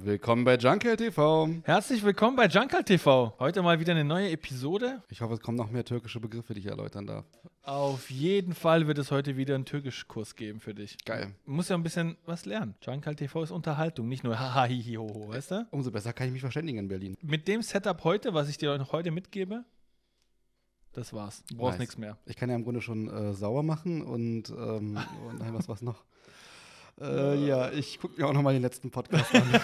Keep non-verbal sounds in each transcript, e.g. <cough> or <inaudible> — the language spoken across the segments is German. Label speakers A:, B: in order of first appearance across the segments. A: Willkommen bei Junkel TV.
B: Herzlich willkommen bei Junkal TV. Heute mal wieder eine neue Episode.
A: Ich hoffe, es kommen noch mehr türkische Begriffe, die ich erläutern darf.
B: Auf jeden Fall wird es heute wieder einen Türkischkurs geben für dich.
A: Geil.
B: Du musst ja ein bisschen was lernen. Junkal TV ist Unterhaltung, nicht nur <laughs> haha hihi hoho, weißt du?
A: Umso besser kann ich mich verständigen in Berlin.
B: Mit dem Setup heute, was ich dir noch heute mitgebe, das war's. Du brauchst
A: Nice.
B: nichts mehr.
A: Ich kann ja im Grunde schon äh, sauer machen und, ähm, und nein, was was noch? Äh, ja, ich gucke mir auch nochmal den letzten Podcast an.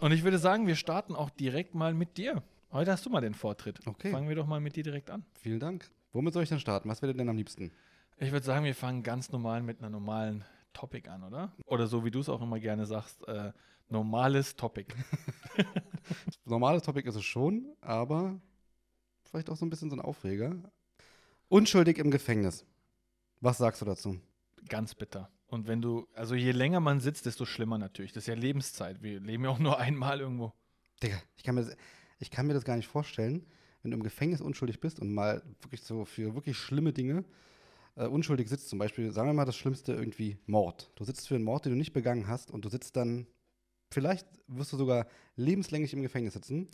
B: Und ich würde sagen, wir starten auch direkt mal mit dir. Heute hast du mal den Vortritt.
A: Okay.
B: Fangen wir doch mal mit dir direkt an.
A: Vielen Dank. Womit soll ich denn starten? Was wäre denn am liebsten?
B: Ich würde sagen, wir fangen ganz normal mit einer normalen Topic an, oder? Oder so wie du es auch immer gerne sagst, äh, normales Topic.
A: Normales Topic ist es schon, aber vielleicht auch so ein bisschen so ein Aufreger. Unschuldig im Gefängnis. Was sagst du dazu?
B: Ganz bitter. Und wenn du, also je länger man sitzt, desto schlimmer natürlich. Das ist ja Lebenszeit. Wir leben ja auch nur <laughs> einmal irgendwo.
A: Digga, ich kann mir das, ich kann mir das gar nicht vorstellen, wenn du im Gefängnis unschuldig bist und mal wirklich so für wirklich schlimme Dinge äh, unschuldig sitzt. Zum Beispiel, sagen wir mal, das Schlimmste irgendwie Mord. Du sitzt für einen Mord, den du nicht begangen hast und du sitzt dann, vielleicht wirst du sogar lebenslänglich im Gefängnis sitzen.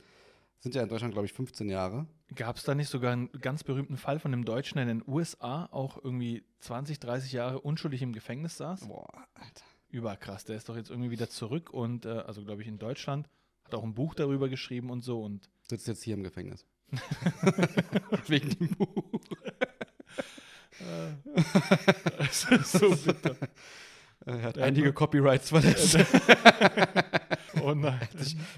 A: Sind ja in Deutschland, glaube ich, 15 Jahre.
B: Gab es da nicht sogar einen ganz berühmten Fall von einem Deutschen, der in den USA auch irgendwie 20, 30 Jahre unschuldig im Gefängnis saß?
A: Boah, Alter.
B: Überkrass. Der ist doch jetzt irgendwie wieder zurück und, äh, also glaube ich, in Deutschland. Hat auch ein Buch darüber geschrieben und so. Und
A: Sitzt jetzt hier im <laughs> Gefängnis. Wegen dem Buch.
B: es ist <laughs> so bitter.
A: Er hat
B: Ja,
A: einige
B: ne?
A: Copyrights verletzt.
B: <laughs> Oh nein.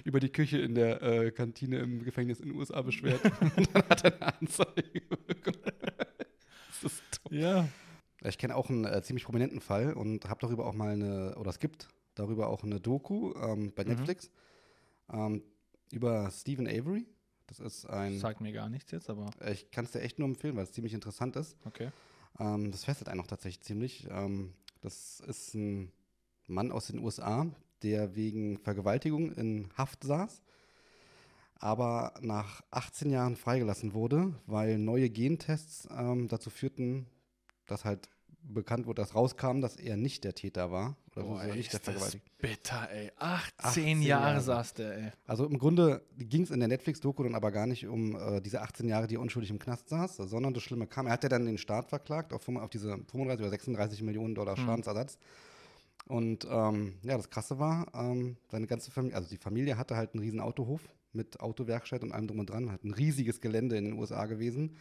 A: über die Küche in der äh, Kantine im Gefängnis in den USA <laughs> beschwert. Und dann hat er eine Anzeige <laughs> bekommen. Das ist dumm.
B: Ja.
A: Ich kenne auch einen äh, ziemlich prominenten Fall und habe darüber auch mal eine, oder es gibt darüber auch eine Doku ähm, bei
B: Mhm.
A: Netflix ähm, über Stephen Avery. Das ist ein,
B: Sagt mir gar nichts jetzt, aber
A: äh, ich kann es dir echt nur empfehlen, weil es ziemlich interessant ist.
B: okay.
A: Ähm, das fesselt einen auch tatsächlich ziemlich. Ähm, das ist ein Mann aus den USA, der wegen Vergewaltigung in Haft saß, aber nach 18 Jahren freigelassen wurde, weil neue Gentests ähm, dazu führten, dass halt bekannt wurde, dass rauskam, dass er nicht der Täter war. Oder
B: Boah,
A: beziehungsweise
B: ey,
A: nicht der
B: ist Oh, das
A: Vergewaltiger.
B: bitter, ey.
A: 18
B: 18 Jahre
A: Jahre.
B: saß der, ey.
A: Also im Grunde ging es in der Netflix-Doku dann aber gar nicht um äh, diese 18 Jahre, die er unschuldig im Knast saß, sondern das Schlimme kam. Er hat ja dann den Staat verklagt auf, fünf- auf diese 35 oder 36 Millionen Dollar
B: Hm.
A: Schadensersatz. Und ähm, ja, das Krasse war, ähm, seine ganze Familie, also die Familie hatte halt einen riesen Autohof mit Autowerkstatt und allem drum und dran, hat ein riesiges Gelände in den USA gewesen.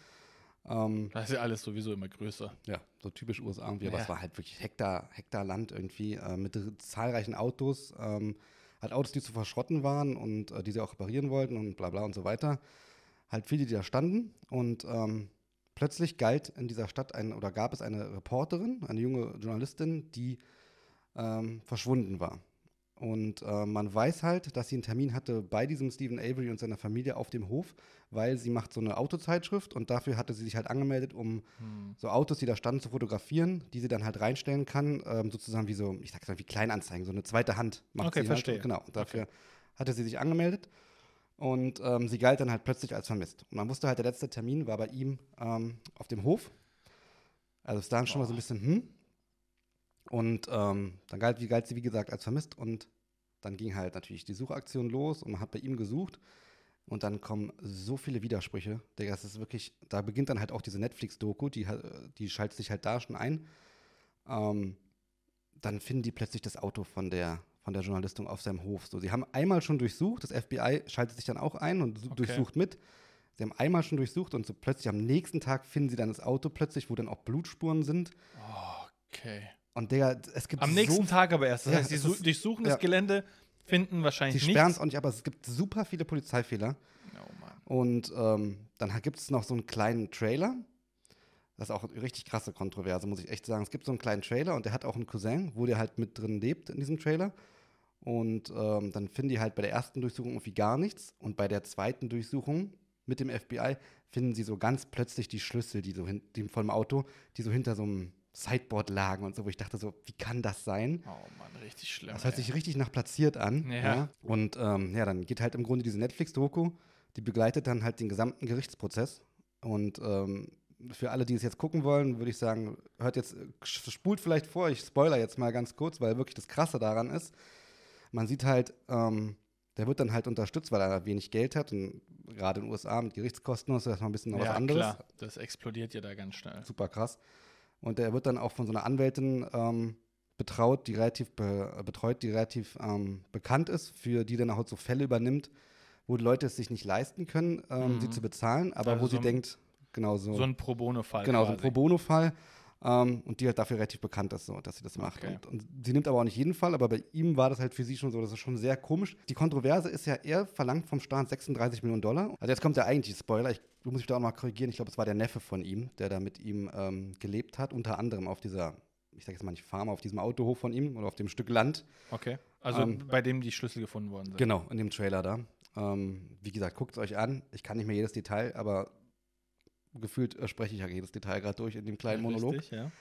A: Ähm,
B: Das ist ja alles sowieso immer größer.
A: ja, so typisch USA irgendwie, aber
B: Ja.
A: es war halt wirklich Hektar, Hektar Land irgendwie äh, mit r- zahlreichen Autos, ähm, halt Autos, die zu verschrotten waren und äh, die sie auch reparieren wollten und bla bla und so weiter. Halt viele, die da standen und ähm, plötzlich galt in dieser Stadt ein, oder gab es eine Reporterin, eine junge Journalistin, die ähm, verschwunden war. Und äh, man weiß halt, dass sie einen Termin hatte bei diesem Stephen Avery und seiner Familie auf dem Hof, weil sie macht so eine Autozeitschrift und dafür hatte sie sich halt angemeldet, um
B: Hm.
A: so Autos, die da standen, zu fotografieren, die sie dann halt reinstellen kann, ähm, sozusagen wie so, ich sag's mal, wie Kleinanzeigen, so eine zweite Hand macht
B: Okay,
A: sie
B: verstehe.
A: Halt. Genau, und dafür hatte sie sich angemeldet und ähm, sie galt dann halt plötzlich als vermisst. Und man wusste halt, der letzte Termin war bei ihm ähm, auf dem Hof. Also es dann schon mal so ein bisschen, hm. Und ähm, dann galt, wie, galt sie, wie gesagt, als vermisst und dann ging halt natürlich die Suchaktion los und man hat bei ihm gesucht. Und dann kommen so viele Widersprüche. Digga, das ist wirklich, da beginnt dann halt auch diese Netflix-Doku, die, ha- die schaltet sich halt da schon ein. Ähm, dann finden die plötzlich das Auto von der, von der Journalistin auf seinem Hof. So, sie haben einmal schon durchsucht, das FBI schaltet sich dann auch ein und su-
B: Okay.
A: durchsucht mit. Sie haben einmal schon durchsucht und so plötzlich am nächsten Tag finden sie dann das Auto plötzlich, wo dann auch Blutspuren sind.
B: Okay.
A: Und Digga, es gibt
B: Am
A: so
B: nächsten Tag aber erst. Das
A: Ja,
B: heißt, sie
A: es
B: su
A: ist-
B: durchsuchen
A: ja.
B: das Gelände, finden
A: Sie
B: wahrscheinlich
A: sperren es
B: nichts.
A: auch nicht, aber es gibt super viele Polizeifehler.
B: Oh Mann.
A: Und ähm, dann gibt es noch so einen kleinen Trailer. Das ist auch eine richtig krasse Kontroverse, muss ich echt sagen. Es gibt so einen kleinen Trailer und der hat auch einen Cousin, wo der halt mit drin lebt in diesem Trailer. Und ähm, dann finden die halt bei der ersten Durchsuchung irgendwie gar nichts. Und bei der zweiten Durchsuchung mit dem FBI finden sie so ganz plötzlich die Schlüssel, die so hin, die vom Auto, die so hinter so einem Sideboard lagen und so, wo ich dachte so, wie kann das sein?
B: Oh Mann, richtig schlimm.
A: Das hört
B: ey.
A: sich richtig nach platziert an.
B: Ja.
A: Und ähm, ja, dann geht halt im Grunde diese Netflix-Doku, die begleitet dann halt den gesamten Gerichtsprozess. Und ähm, für alle, die es jetzt gucken wollen, würde ich sagen, hört jetzt, spult vielleicht vor, ich spoiler jetzt mal ganz kurz, weil wirklich das Krasse daran ist. man sieht halt, ähm, der wird dann halt unterstützt, weil er wenig Geld hat und gerade in den USA mit Gerichtskosten ist das mal ein bisschen noch was anderes.
B: klar. Das explodiert ja da ganz schnell.
A: Super krass. Und er wird dann auch von so einer Anwältin ähm, betraut, die relativ be äh, betreut, die relativ ähm, bekannt ist, für die dann auch so Fälle übernimmt, wo die Leute es sich nicht leisten können, ähm,
B: Mhm.
A: sie zu bezahlen, aber
B: Also
A: wo
B: so
A: sie
B: ein-
A: denkt, genau so.
B: So ein Pro Bono-Fall.
A: Genau, so ein
B: quasi.
A: Pro Bono-Fall. Ähm, und die halt dafür relativ bekannt ist, so, dass sie das macht.
B: Okay.
A: Und, und sie nimmt aber auch nicht jeden Fall, aber bei ihm war das halt für sie schon so, das ist schon sehr komisch. Die Kontroverse ist ja, er verlangt vom Staat 36 Millionen Dollar. Also jetzt kommt der eigentliche Spoiler, ich muss mich da auch mal korrigieren, ich glaube, es war der Neffe von ihm, der da mit ihm ähm, gelebt hat, unter anderem auf dieser, ich sag jetzt mal nicht Farm, auf diesem Autohof von ihm oder auf dem Stück Land.
B: Okay. Also
A: Ähm,
B: bei dem die Schlüssel gefunden worden sind.
A: Genau, in dem Trailer da. Ähm, wie gesagt, guckt es euch an. Ich kann nicht mehr jedes Detail, aber gefühlt äh, spreche ich ja jedes Detail gerade durch in dem kleinen Monolog.
B: Richtig, ja.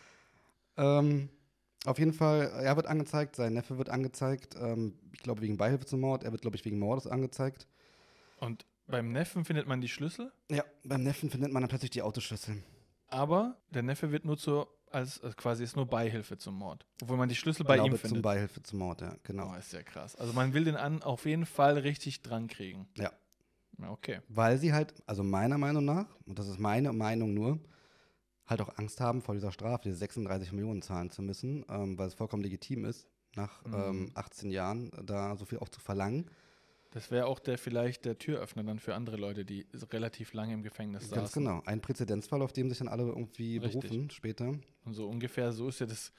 A: Ähm, auf jeden Fall, er wird angezeigt, sein Neffe wird angezeigt. Ähm, ich glaube, wegen Beihilfe zum Mord. Er wird, glaube ich, wegen Mordes angezeigt.
B: Und beim Neffen findet man die Schlüssel,
A: Ja, beim Neffen findet man dann plötzlich die Autoschlüssel.
B: aber der Neffe wird nur zur, als, als quasi ist nur Beihilfe zum Mord. Obwohl man die Schlüssel bei
A: Glaube
B: ihm
A: zum
B: findet.
A: Beihilfe zum Mord, ja, genau.
B: Oh, ist ja krass. Also man will den an auf jeden Fall richtig dran kriegen.
A: Ja.
B: Ja, okay.
A: Weil sie halt, also meiner Meinung nach, und das ist meine Meinung nur, halt auch Angst haben vor dieser Strafe, diese 36 Millionen zahlen zu müssen, ähm, weil es vollkommen legitim ist, nach
B: Mhm.
A: ähm, 18 Jahren da so viel auch zu verlangen.
B: Das wäre auch der vielleicht der Türöffner dann für andere Leute, die so relativ lange im Gefängnis
A: Ganz
B: saßen.
A: genau. Ein Präzedenzfall, auf dem sich dann alle irgendwie
B: Richtig.
A: berufen später.
B: Und so ungefähr so ist ja das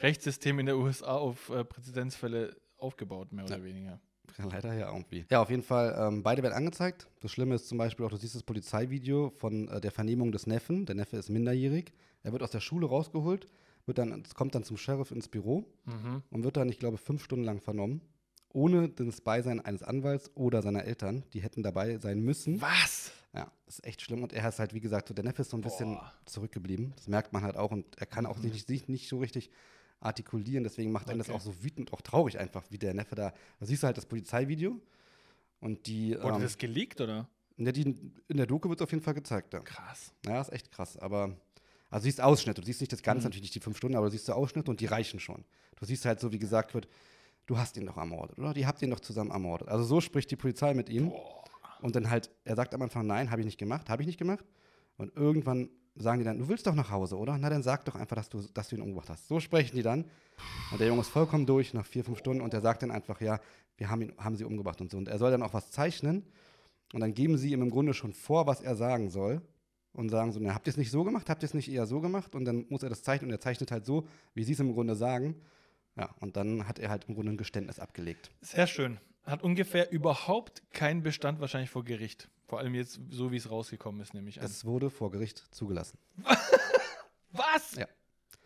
B: Rechtssystem in der USA auf äh, Präzedenzfälle aufgebaut, mehr oder weniger.
A: Ja, leider ja irgendwie. Ja, auf jeden Fall, ähm, beide werden angezeigt. Das Schlimme ist zum Beispiel auch, du siehst das Polizeivideo von äh, der Vernehmung des Neffen. Der Neffe ist minderjährig. Er wird aus der Schule rausgeholt, wird dann, kommt dann zum Sheriff ins Büro
B: Mhm.
A: und wird dann, ich glaube, fünf Stunden lang vernommen. Ohne das Beisein eines Anwalts oder seiner Eltern. Die hätten dabei sein müssen.
B: Was?
A: Ja, ist echt schlimm. Und er ist halt, wie gesagt, so, der Neffe ist so ein bisschen
B: Boah.
A: zurückgeblieben. Das merkt man halt auch. Und er kann auch
B: Mhm.
A: sich nicht, nicht so richtig artikulieren. Deswegen macht einen das
B: Okay.
A: auch so wütend, auch traurig einfach, wie der Neffe da. Da siehst du halt das Polizeivideo. Und die,
B: Wurde
A: ähm,
B: das geleakt, oder?
A: ne, die in der Doku wird es auf jeden Fall gezeigt. Ja.
B: Krass.
A: Naja, ist echt krass. Aber, also du siehst Ausschnitte. Du siehst nicht das Ganze,
B: Mhm.
A: natürlich nicht die fünf Stunden, aber du siehst so Ausschnitte und die reichen schon. Du siehst halt so, wie gesagt wird, du hast ihn doch ermordet, oder? Die habt ihn doch zusammen ermordet. Also so spricht die Polizei mit ihm.
B: Boah.
A: Und dann halt, er sagt am Anfang, nein, habe ich nicht gemacht, habe ich nicht gemacht. Und irgendwann sagen die dann, du willst doch nach Hause, oder? Na, dann sag doch einfach, dass du, dass du ihn umgebracht hast. So sprechen die dann. Und der Junge ist vollkommen durch nach vier, fünf Stunden und er sagt dann einfach, ja, wir haben, ihn, haben sie umgebracht und so. Und er soll dann auch was zeichnen. Und dann geben sie ihm im Grunde schon vor, was er sagen soll. Und sagen so, na, habt ihr es nicht so gemacht? Habt ihr es nicht eher so gemacht? Und dann muss er das zeichnen und er zeichnet halt so, wie sie es im Grunde sagen. Ja, und dann hat er halt im Grunde ein Geständnis abgelegt.
B: Sehr schön. Hat ungefähr überhaupt keinen Bestand wahrscheinlich vor Gericht. Vor allem jetzt so, wie es rausgekommen ist, nehme ich an.
A: Es wurde vor Gericht zugelassen.
B: Was?
A: Ja.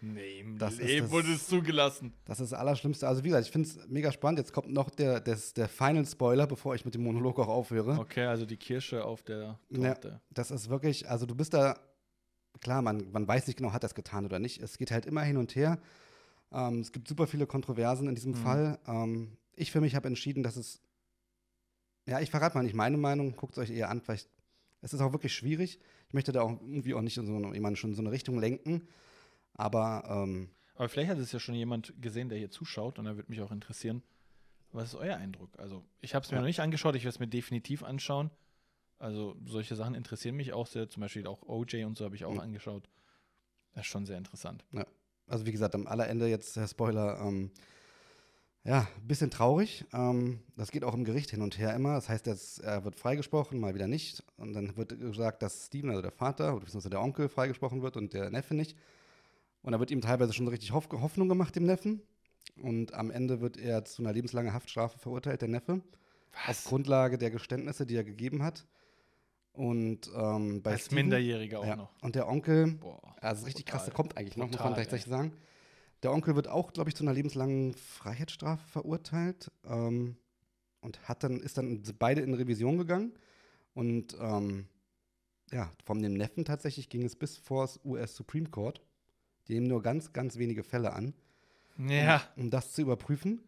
B: Nee, im
A: Das ist
B: Leben
A: das-
B: wurde es <laughs> zugelassen.
A: Das ist das Allerschlimmste. Also, wie gesagt, ich finde es mega spannend. Jetzt kommt noch der, des, der Final Spoiler, bevor ich mit dem Monolog auch aufhöre.
B: Okay, also die Kirsche auf der
A: Ja.
B: Torte.
A: Das ist wirklich, also, du bist da, klar, man, man weiß nicht genau, hat das getan oder nicht. Es geht halt immer hin und her. Ähm, es gibt super viele Kontroversen in diesem
B: Mhm.
A: Fall. Ähm, ich für mich habe entschieden, dass es, ja, ich verrate mal nicht meine Meinung, guckt es euch eher an, vielleicht. Es ist auch wirklich schwierig. Ich möchte da auch irgendwie auch nicht in so eine, jemanden schon in so eine Richtung lenken. Aber ähm,
B: Aber vielleicht hat es ja schon jemand gesehen, der hier zuschaut und da würde mich auch interessieren, was ist euer Eindruck? Also, ich habe es mir
A: Ja.
B: noch nicht angeschaut, ich werde es mir definitiv anschauen. Also, solche Sachen interessieren mich auch sehr. Zum Beispiel auch OJ und so habe ich auch
A: Mhm.
B: angeschaut. Das ist schon sehr interessant.
A: also wie gesagt, am allerende jetzt der Spoiler, ähm, ja, ein bisschen traurig. Ähm, das geht auch im Gericht hin und her immer. Das heißt, jetzt, er wird freigesprochen, mal wieder nicht. Und dann wird gesagt, dass Steven, also der Vater, oder beziehungsweise der Onkel freigesprochen wird und der Neffe nicht. Und da wird ihm teilweise schon so richtig Hoff Hoffnung gemacht, dem Neffen. Und am Ende wird er zu einer lebenslangen Haftstrafe verurteilt, der Neffe. Auf Grundlage der Geständnisse, die er gegeben hat. Und ähm, bei
B: Als
A: Steven-
B: Minderjähriger auch
A: ja,
B: noch.
A: Und der Onkel
B: Boah.
A: also richtig krass, der
B: brutal.
A: kommt eigentlich noch, muss man
B: Brutal,
A: tatsächlich sagen. Der Onkel wird auch, glaube ich, zu einer lebenslangen Freiheitsstrafe verurteilt ähm, und hat dann, ist dann beide in Revision gegangen. Und ähm, ja, von dem Neffen tatsächlich ging es bis vor das US Supreme Court. Die nehmen nur ganz, ganz wenige Fälle an,
B: Ja.
A: um, um das zu überprüfen.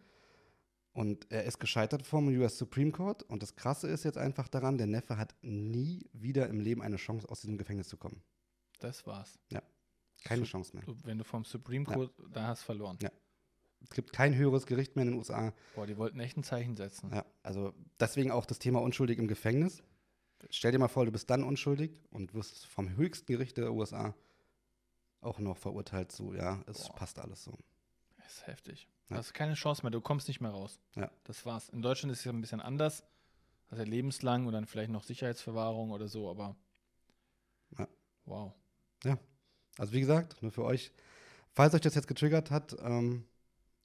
A: Und er ist gescheitert vom US Supreme Court. Und das Krasse ist jetzt einfach daran, der Neffe hat nie wieder im Leben eine Chance, aus diesem Gefängnis zu kommen.
B: Das war's.
A: Keine
B: Sup-
A: Chance mehr.
B: Du, wenn du vom Supreme
A: Ja.
B: Court, da hast verloren.
A: Ja. Es gibt kein höheres Gericht mehr in den USA.
B: Boah, die wollten echt ein Zeichen setzen.
A: Ja, also deswegen auch das Thema unschuldig im Gefängnis. Stell dir mal vor, du bist dann unschuldig und wirst vom höchsten Gericht der USA auch noch verurteilt zu, ja, es
B: Boah.
A: passt alles so.
B: Das ist heftig.
A: Ja.
B: Du hast keine Chance mehr, du kommst nicht mehr raus.
A: Ja.
B: Das war's. In Deutschland ist es ja ein bisschen anders. Also lebenslang und dann vielleicht noch Sicherheitsverwahrung oder so, aber.
A: Ja.
B: Wow.
A: Also wie gesagt, nur für euch, falls euch das jetzt getriggert hat ähm,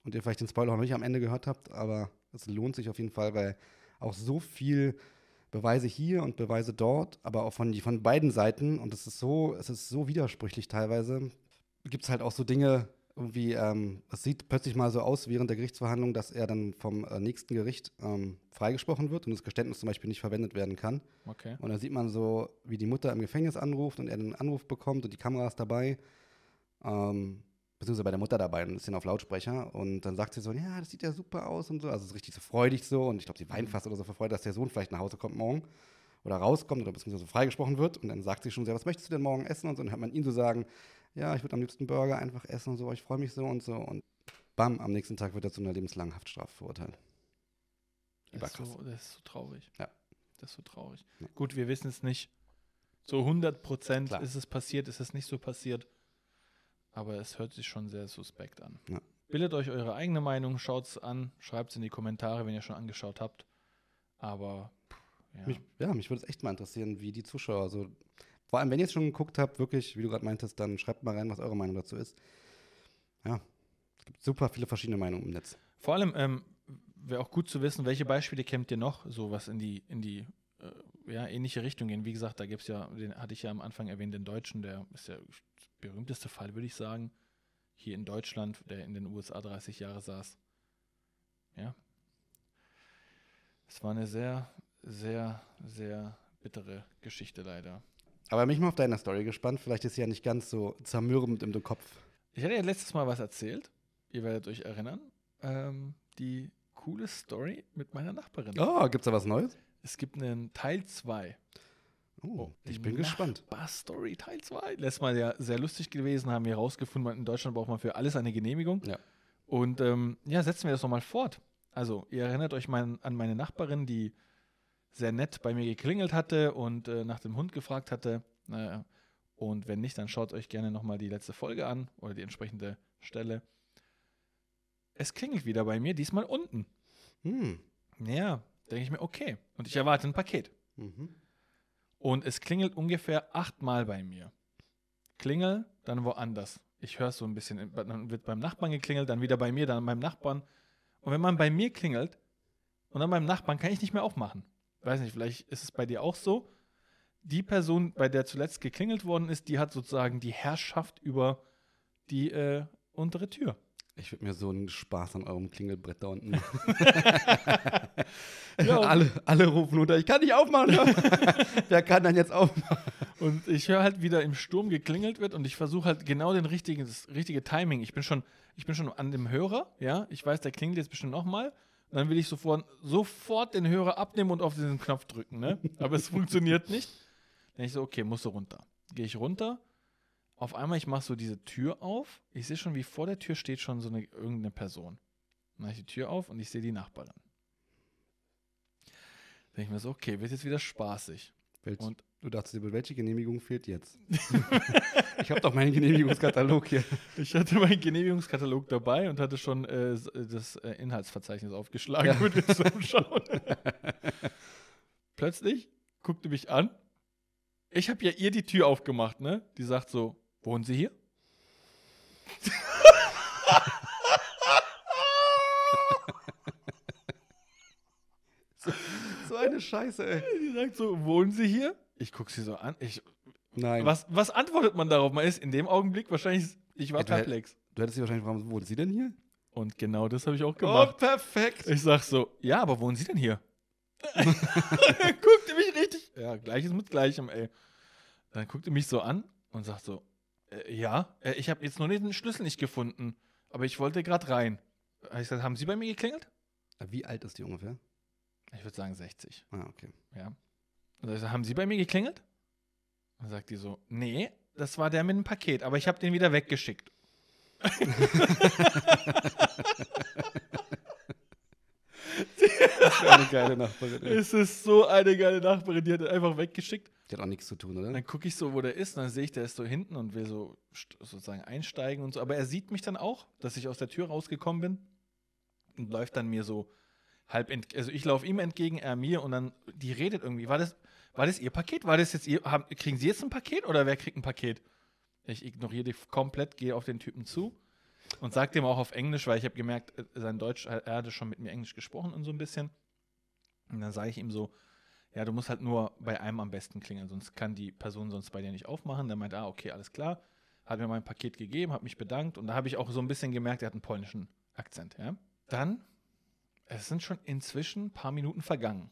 A: und ihr vielleicht den Spoiler noch nicht am Ende gehört habt, aber es lohnt sich auf jeden Fall, weil auch so viel Beweise hier und Beweise dort, aber auch von, von beiden Seiten und es ist so, es ist so widersprüchlich teilweise, gibt es halt auch so Dinge, irgendwie, ähm, es sieht plötzlich mal so aus während der Gerichtsverhandlung, dass er dann vom äh, nächsten Gericht ähm, freigesprochen wird und das Geständnis zum Beispiel nicht verwendet werden kann.
B: Okay.
A: Und dann sieht man so, wie die Mutter im Gefängnis anruft und er einen Anruf bekommt und die Kamera ist dabei. Ähm, beziehungsweise bei der Mutter dabei und ist dann auf Lautsprecher. Und dann sagt sie so, ja, das sieht ja super aus und so. Also ist richtig so freudig so. Und ich glaube, sie weint fast oder so vor Freude, dass der Sohn vielleicht nach Hause kommt morgen. Oder rauskommt oder beziehungsweise freigesprochen wird. Und dann sagt sie schon so, ja, was möchtest du denn morgen essen? Und so. Und dann hört man ihn so sagen, ja, ich würde am liebsten Burger einfach essen und so. Ich freue mich so und so. Und bam, am nächsten Tag wird er zu einer lebenslangen Haftstrafe verurteilt.
B: Das ist,
A: Überkrass.
B: so, das ist so traurig.
A: Ja.
B: Das ist so traurig.
A: Ja.
B: Gut, wir wissen es nicht. So 100 Prozent
A: Klar.
B: ist es passiert, ist es nicht so passiert. Aber es hört sich schon sehr suspekt an.
A: Ja.
B: Bildet euch eure eigene Meinung, schaut es an, schreibt es in die Kommentare, wenn ihr schon angeschaut habt. Aber pff, ja.
A: Mich, ja, mich würde es echt mal interessieren, wie die Zuschauer so. Vor allem, wenn ihr es schon geguckt habt, wirklich, wie du gerade meintest, dann schreibt mal rein, was eure Meinung dazu ist. Ja, es gibt super viele verschiedene Meinungen im Netz.
B: Vor allem ähm, wäre auch gut zu wissen, welche Beispiele kennt ihr noch, so was in die, in die äh, ja, ähnliche Richtung gehen. Wie gesagt, da gibt es ja, den hatte ich ja am Anfang erwähnt, den Deutschen, der ist der berühmteste Fall, würde ich sagen, hier in Deutschland, der in den USA 30 Jahre saß. Ja. Es war eine sehr, sehr, sehr bittere Geschichte leider.
A: Aber bin ich mal auf deine Story gespannt. Vielleicht ist sie ja nicht ganz so zermürbend im Kopf.
B: Ich hatte ja letztes Mal was erzählt, ihr werdet euch erinnern, ähm, die coole Story mit meiner Nachbarin.
A: Oh, gibt's da was Neues?
B: Es gibt einen Teil 2.
A: Oh, ich bin gespannt.
B: Nachbar-Story Teil 2. Letztes Mal ja sehr lustig gewesen, haben wir herausgefunden, man- in Deutschland braucht man für alles eine Genehmigung.
A: Ja.
B: Und ähm, ja, setzen wir das nochmal fort. Also, ihr erinnert euch mein, an meine Nachbarin, die sehr nett bei mir geklingelt hatte und äh, nach dem Hund gefragt hatte. Äh, und wenn nicht, dann schaut euch gerne nochmal die letzte Folge an oder die entsprechende Stelle. Es klingelt wieder bei mir, diesmal unten.
A: Hm.
B: Ja, denke ich mir, okay. Und ich erwarte ein Paket.
A: Mhm.
B: Und es klingelt ungefähr achtmal bei mir. Klingel, dann woanders. Ich höre so ein bisschen, dann wird beim Nachbarn geklingelt, dann wieder bei mir, dann beim Nachbarn. Und wenn man bei mir klingelt und dann beim Nachbarn, kann ich nicht mehr aufmachen. Weiß nicht, vielleicht ist es bei dir auch so. Die Person, bei der zuletzt geklingelt worden ist, die hat sozusagen die Herrschaft über die äh, untere Tür.
A: Ich würde mir so einen Spaß an eurem Klingelbrett da unten. <laughs> machen.
B: Ja.
A: alle, alle rufen runter, ich kann nicht <laughs> aufmachen. Wer kann dann jetzt aufmachen?
B: Und ich höre halt, wie da im Sturm geklingelt wird und ich versuche halt genau den richtigen, das richtige Timing. Ich bin schon, ich bin schon an dem Hörer, ja. Ich weiß, der klingelt jetzt bestimmt nochmal. Dann will ich sofort, sofort den Hörer abnehmen und auf diesen Knopf drücken, ne? Aber es <laughs> funktioniert nicht. Dann ich so, okay, musst du runter. Gehe ich runter. Auf einmal, ich mache so diese Tür auf. Ich sehe schon, wie vor der Tür steht schon so eine irgendeine Person. Dann mache ich die Tür auf und ich sehe die Nachbarin. Denke ich mir so, okay, wird jetzt wieder spaßig.
A: Willst,
B: Und-
A: du dachtest dir, welche Genehmigung fehlt jetzt? <laughs> ich habe doch meinen Genehmigungskatalog hier.
B: Ich hatte meinen Genehmigungskatalog dabei und hatte schon äh, s- äh, das äh, Inhaltsverzeichnis aufgeschlagen, <laughs> damit wir zuschauen. Plötzlich guckte mich an. Ich habe ja ihr die Tür aufgemacht, ne? Die sagt so: Wohnen Sie hier?
A: So eine Scheiße, ey.
B: Die sagt so: Wohnen Sie hier? Ich gucke sie so an. Ich,
A: Nein.
B: was, was antwortet man darauf? Man ist in dem Augenblick wahrscheinlich, ich war
A: Ey, du hätt-
B: perplex.
A: Du hättest sie wahrscheinlich fragen, wo ist sie denn hier? Äh,
B: Und genau das habe ich auch gemacht.
A: Oh, perfekt.
B: Ich sag so, ja, aber wohnen Sie denn <laughs> hier? er guckte mich richtig. Ja, gleiches mit gleichem, ey. Dann guckte mich so an und sagt so, äh, ja, äh, ich habe jetzt nur den Schlüssel nicht gefunden, aber ich wollte gerade rein. Hab Ich sag, haben Sie bei mir geklingelt?
A: Wie alt ist die ungefähr?
B: Ich würde sagen 60.
A: Ah, okay.
B: Ja. Und ich sag, haben Sie bei mir geklingelt? Dann sagt die so, nee, das war der mit dem Paket, aber ich habe den wieder weggeschickt.
A: Das wäre <laughs> eine geile Nachbarin. ey.
B: Es ist so eine geile Nachbarin, die hat den einfach weggeschickt.
A: Die hat auch nichts zu tun, oder?
B: Dann gucke ich so, wo der ist, und dann sehe ich, der ist so hinten und will so st- sozusagen einsteigen und so. Aber er sieht mich dann auch, dass ich aus der Tür rausgekommen bin und läuft dann mir so halb ent Also ich laufe ihm entgegen, er mir und dann, die redet irgendwie. War das, war das ihr Paket? War das jetzt ihr, haben, kriegen sie jetzt ein Paket oder wer kriegt ein Paket? Ich ignoriere die f- komplett, gehe auf den Typen zu und sage dem auch auf Englisch, weil ich habe gemerkt, äh, sein Deutsch, er hatte schon mit mir Englisch gesprochen und so ein bisschen. Und dann sage ich ihm so, ja, du musst halt nur bei einem am besten klingeln, sonst kann die Person sonst bei dir nicht aufmachen. Dann meint, ah, okay, alles klar. Hat mir mein Paket gegeben, hat mich bedankt und da habe ich auch so ein bisschen gemerkt, er hat einen polnischen Akzent, ja. Dann, es sind schon inzwischen ein paar Minuten vergangen.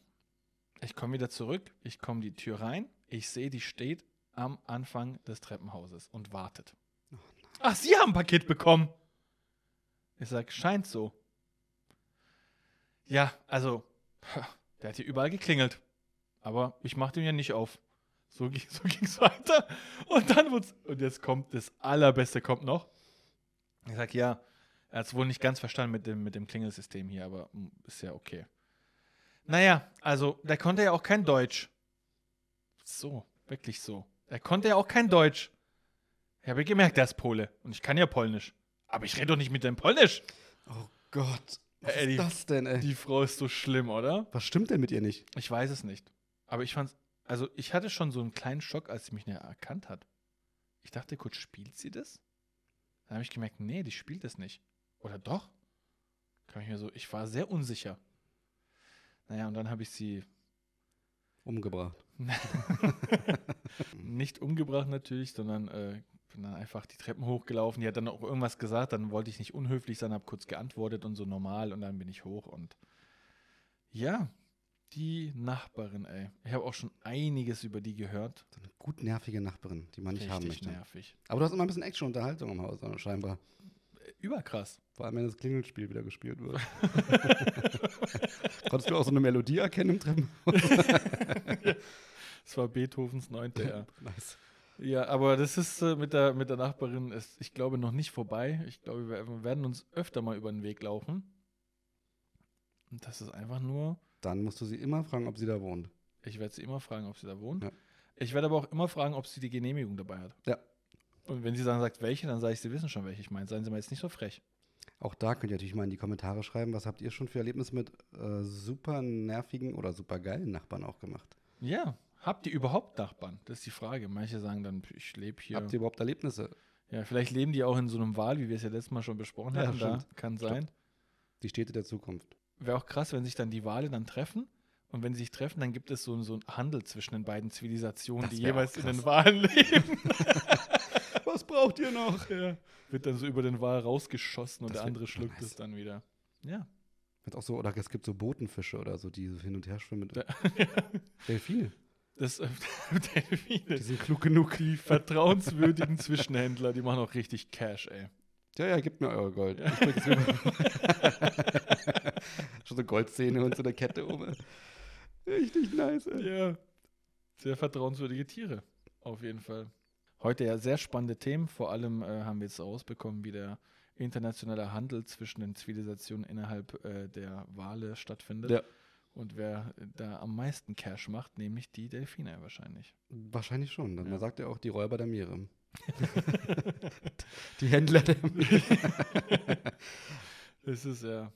B: Ich komme wieder zurück, ich komme die Tür rein, ich sehe, die steht am Anfang des Treppenhauses und wartet. Ach, Sie haben ein Paket bekommen. Ich sage, scheint so. Ja, also, <laughs> der hat hier überall geklingelt. Aber ich mach den ja nicht auf. So, ging- <laughs> so ging es weiter. Und dann wird's. Und jetzt kommt das Allerbeste, kommt noch. Ich sag, ja, er hat es wohl nicht ganz verstanden mit dem, mit dem Klingelsystem hier, aber mm, ist ja okay. Naja, also, der konnte ja auch kein Deutsch. So, wirklich so. Er konnte ja auch kein Deutsch. Ich habe gemerkt, der ist Pole. Und ich kann ja Polnisch. Aber ich rede doch nicht mit dem Polnisch.
A: Oh Gott. Was
B: Ey, die-
A: ist das denn, ey?
B: Die Frau ist so schlimm, oder?
A: Was stimmt denn mit ihr nicht?
B: Ich weiß es nicht. Aber ich fand's. Also, ich hatte schon so einen kleinen Schock, als sie mich näher erkannt hat. Ich dachte kurz, spielt sie das? Dann habe ich gemerkt, nee, die spielt das nicht. Oder doch? Kann ich mir so. Ich war sehr unsicher. Naja, und dann habe ich sie
A: Umgebracht.
B: nicht umgebracht natürlich, sondern äh, bin dann einfach die Treppen hochgelaufen. Die hat dann auch irgendwas gesagt, dann wollte ich nicht unhöflich sein, habe kurz geantwortet und so normal und dann bin ich hoch und ja, die Nachbarin, ey. Ich habe auch schon einiges über die gehört.
A: So eine gut nervige Nachbarin, die man nicht haben
B: Richtig
A: möchte.
B: nervig.
A: Aber du hast immer ein bisschen Action und Unterhaltung im Haus, äh, scheinbar.
B: Äh,
A: <laughs>
B: Überkrass.
A: Vor allem, wenn das Klingelspiel wieder gespielt <laughs> wird. Konntest du auch so eine Melodie erkennen im Treppen?
B: Es war Beethovens neunte. ja.
A: <laughs> nice.
B: Ja, aber das ist äh, mit, der, mit der Nachbarin, ist, ich glaube, noch nicht vorbei. Ich glaube, wir wir werden uns öfter mal über den Weg laufen. Und das ist einfach nur
A: Dann musst du sie immer fragen, ob sie da wohnt.
B: Ich werde sie immer fragen, ob sie da wohnt.
A: Ja.
B: Ich werde aber auch immer fragen, ob sie die Genehmigung dabei hat.
A: Ja.
B: Und wenn sie dann sagt, welche, dann sage ich, sie wissen schon, welche ich meine. Seien Sie mal jetzt nicht so frech.
A: Auch da könnt ihr natürlich mal in die Kommentare schreiben, was habt ihr schon für Erlebnisse mit äh, super nervigen oder super geilen Nachbarn auch gemacht?
B: Ja. Habt ihr überhaupt Nachbarn? Das ist die Frage. Manche sagen dann, ich lebe hier.
A: Habt ihr überhaupt Erlebnisse?
B: Ja, vielleicht leben die auch in so einem Wal, wie wir es ja letztes Mal schon besprochen
A: Ja,
B: hatten. Da
A: stimmt.
B: kann sein.
A: Die Städte der Zukunft.
B: Wäre auch krass, wenn sich dann die Wale dann treffen. Und wenn sie sich treffen, dann gibt es so, so einen Handel zwischen den beiden Zivilisationen,
A: Das
B: die
A: wär auch
B: jeweils in
A: krass. <laughs>
B: den Walen leben.
A: <laughs> Was braucht ihr noch?
B: ja. Wird dann so über den Wal rausgeschossen und
A: Das
B: der
A: wär
B: andere schluckt
A: nice.
B: es dann wieder. Ja,
A: Jetzt auch so, oder es gibt so Botenfische oder so, die so hin und her schwimmen.
B: Ja.
A: <laughs> Delfine.
B: Das äh,
A: <laughs> Die
B: Delfine.
A: sind klug genug.
B: Die vertrauenswürdigen Zwischenhändler, die machen auch richtig Cash, ey.
A: Ja, ja, gebt mir euer Gold. Ich bring's rüber. <laughs> Schon so Goldzähne und so eine Kette oben. Richtig nice. Ey.
B: Ja. Sehr vertrauenswürdige Tiere, auf jeden Fall. Heute ja sehr spannende Themen. Vor allem äh, haben wir jetzt rausbekommen, wie der internationale Handel zwischen den Zivilisationen innerhalb äh, der Wale stattfindet.
A: Ja.
B: Und wer da am meisten Cash macht, nämlich die Delfine wahrscheinlich.
A: Wahrscheinlich schon. Man
B: Ja.
A: sagt ja auch die Räuber der
B: <laughs>
A: Meere. die Händler der Meere.
B: Das ist ja.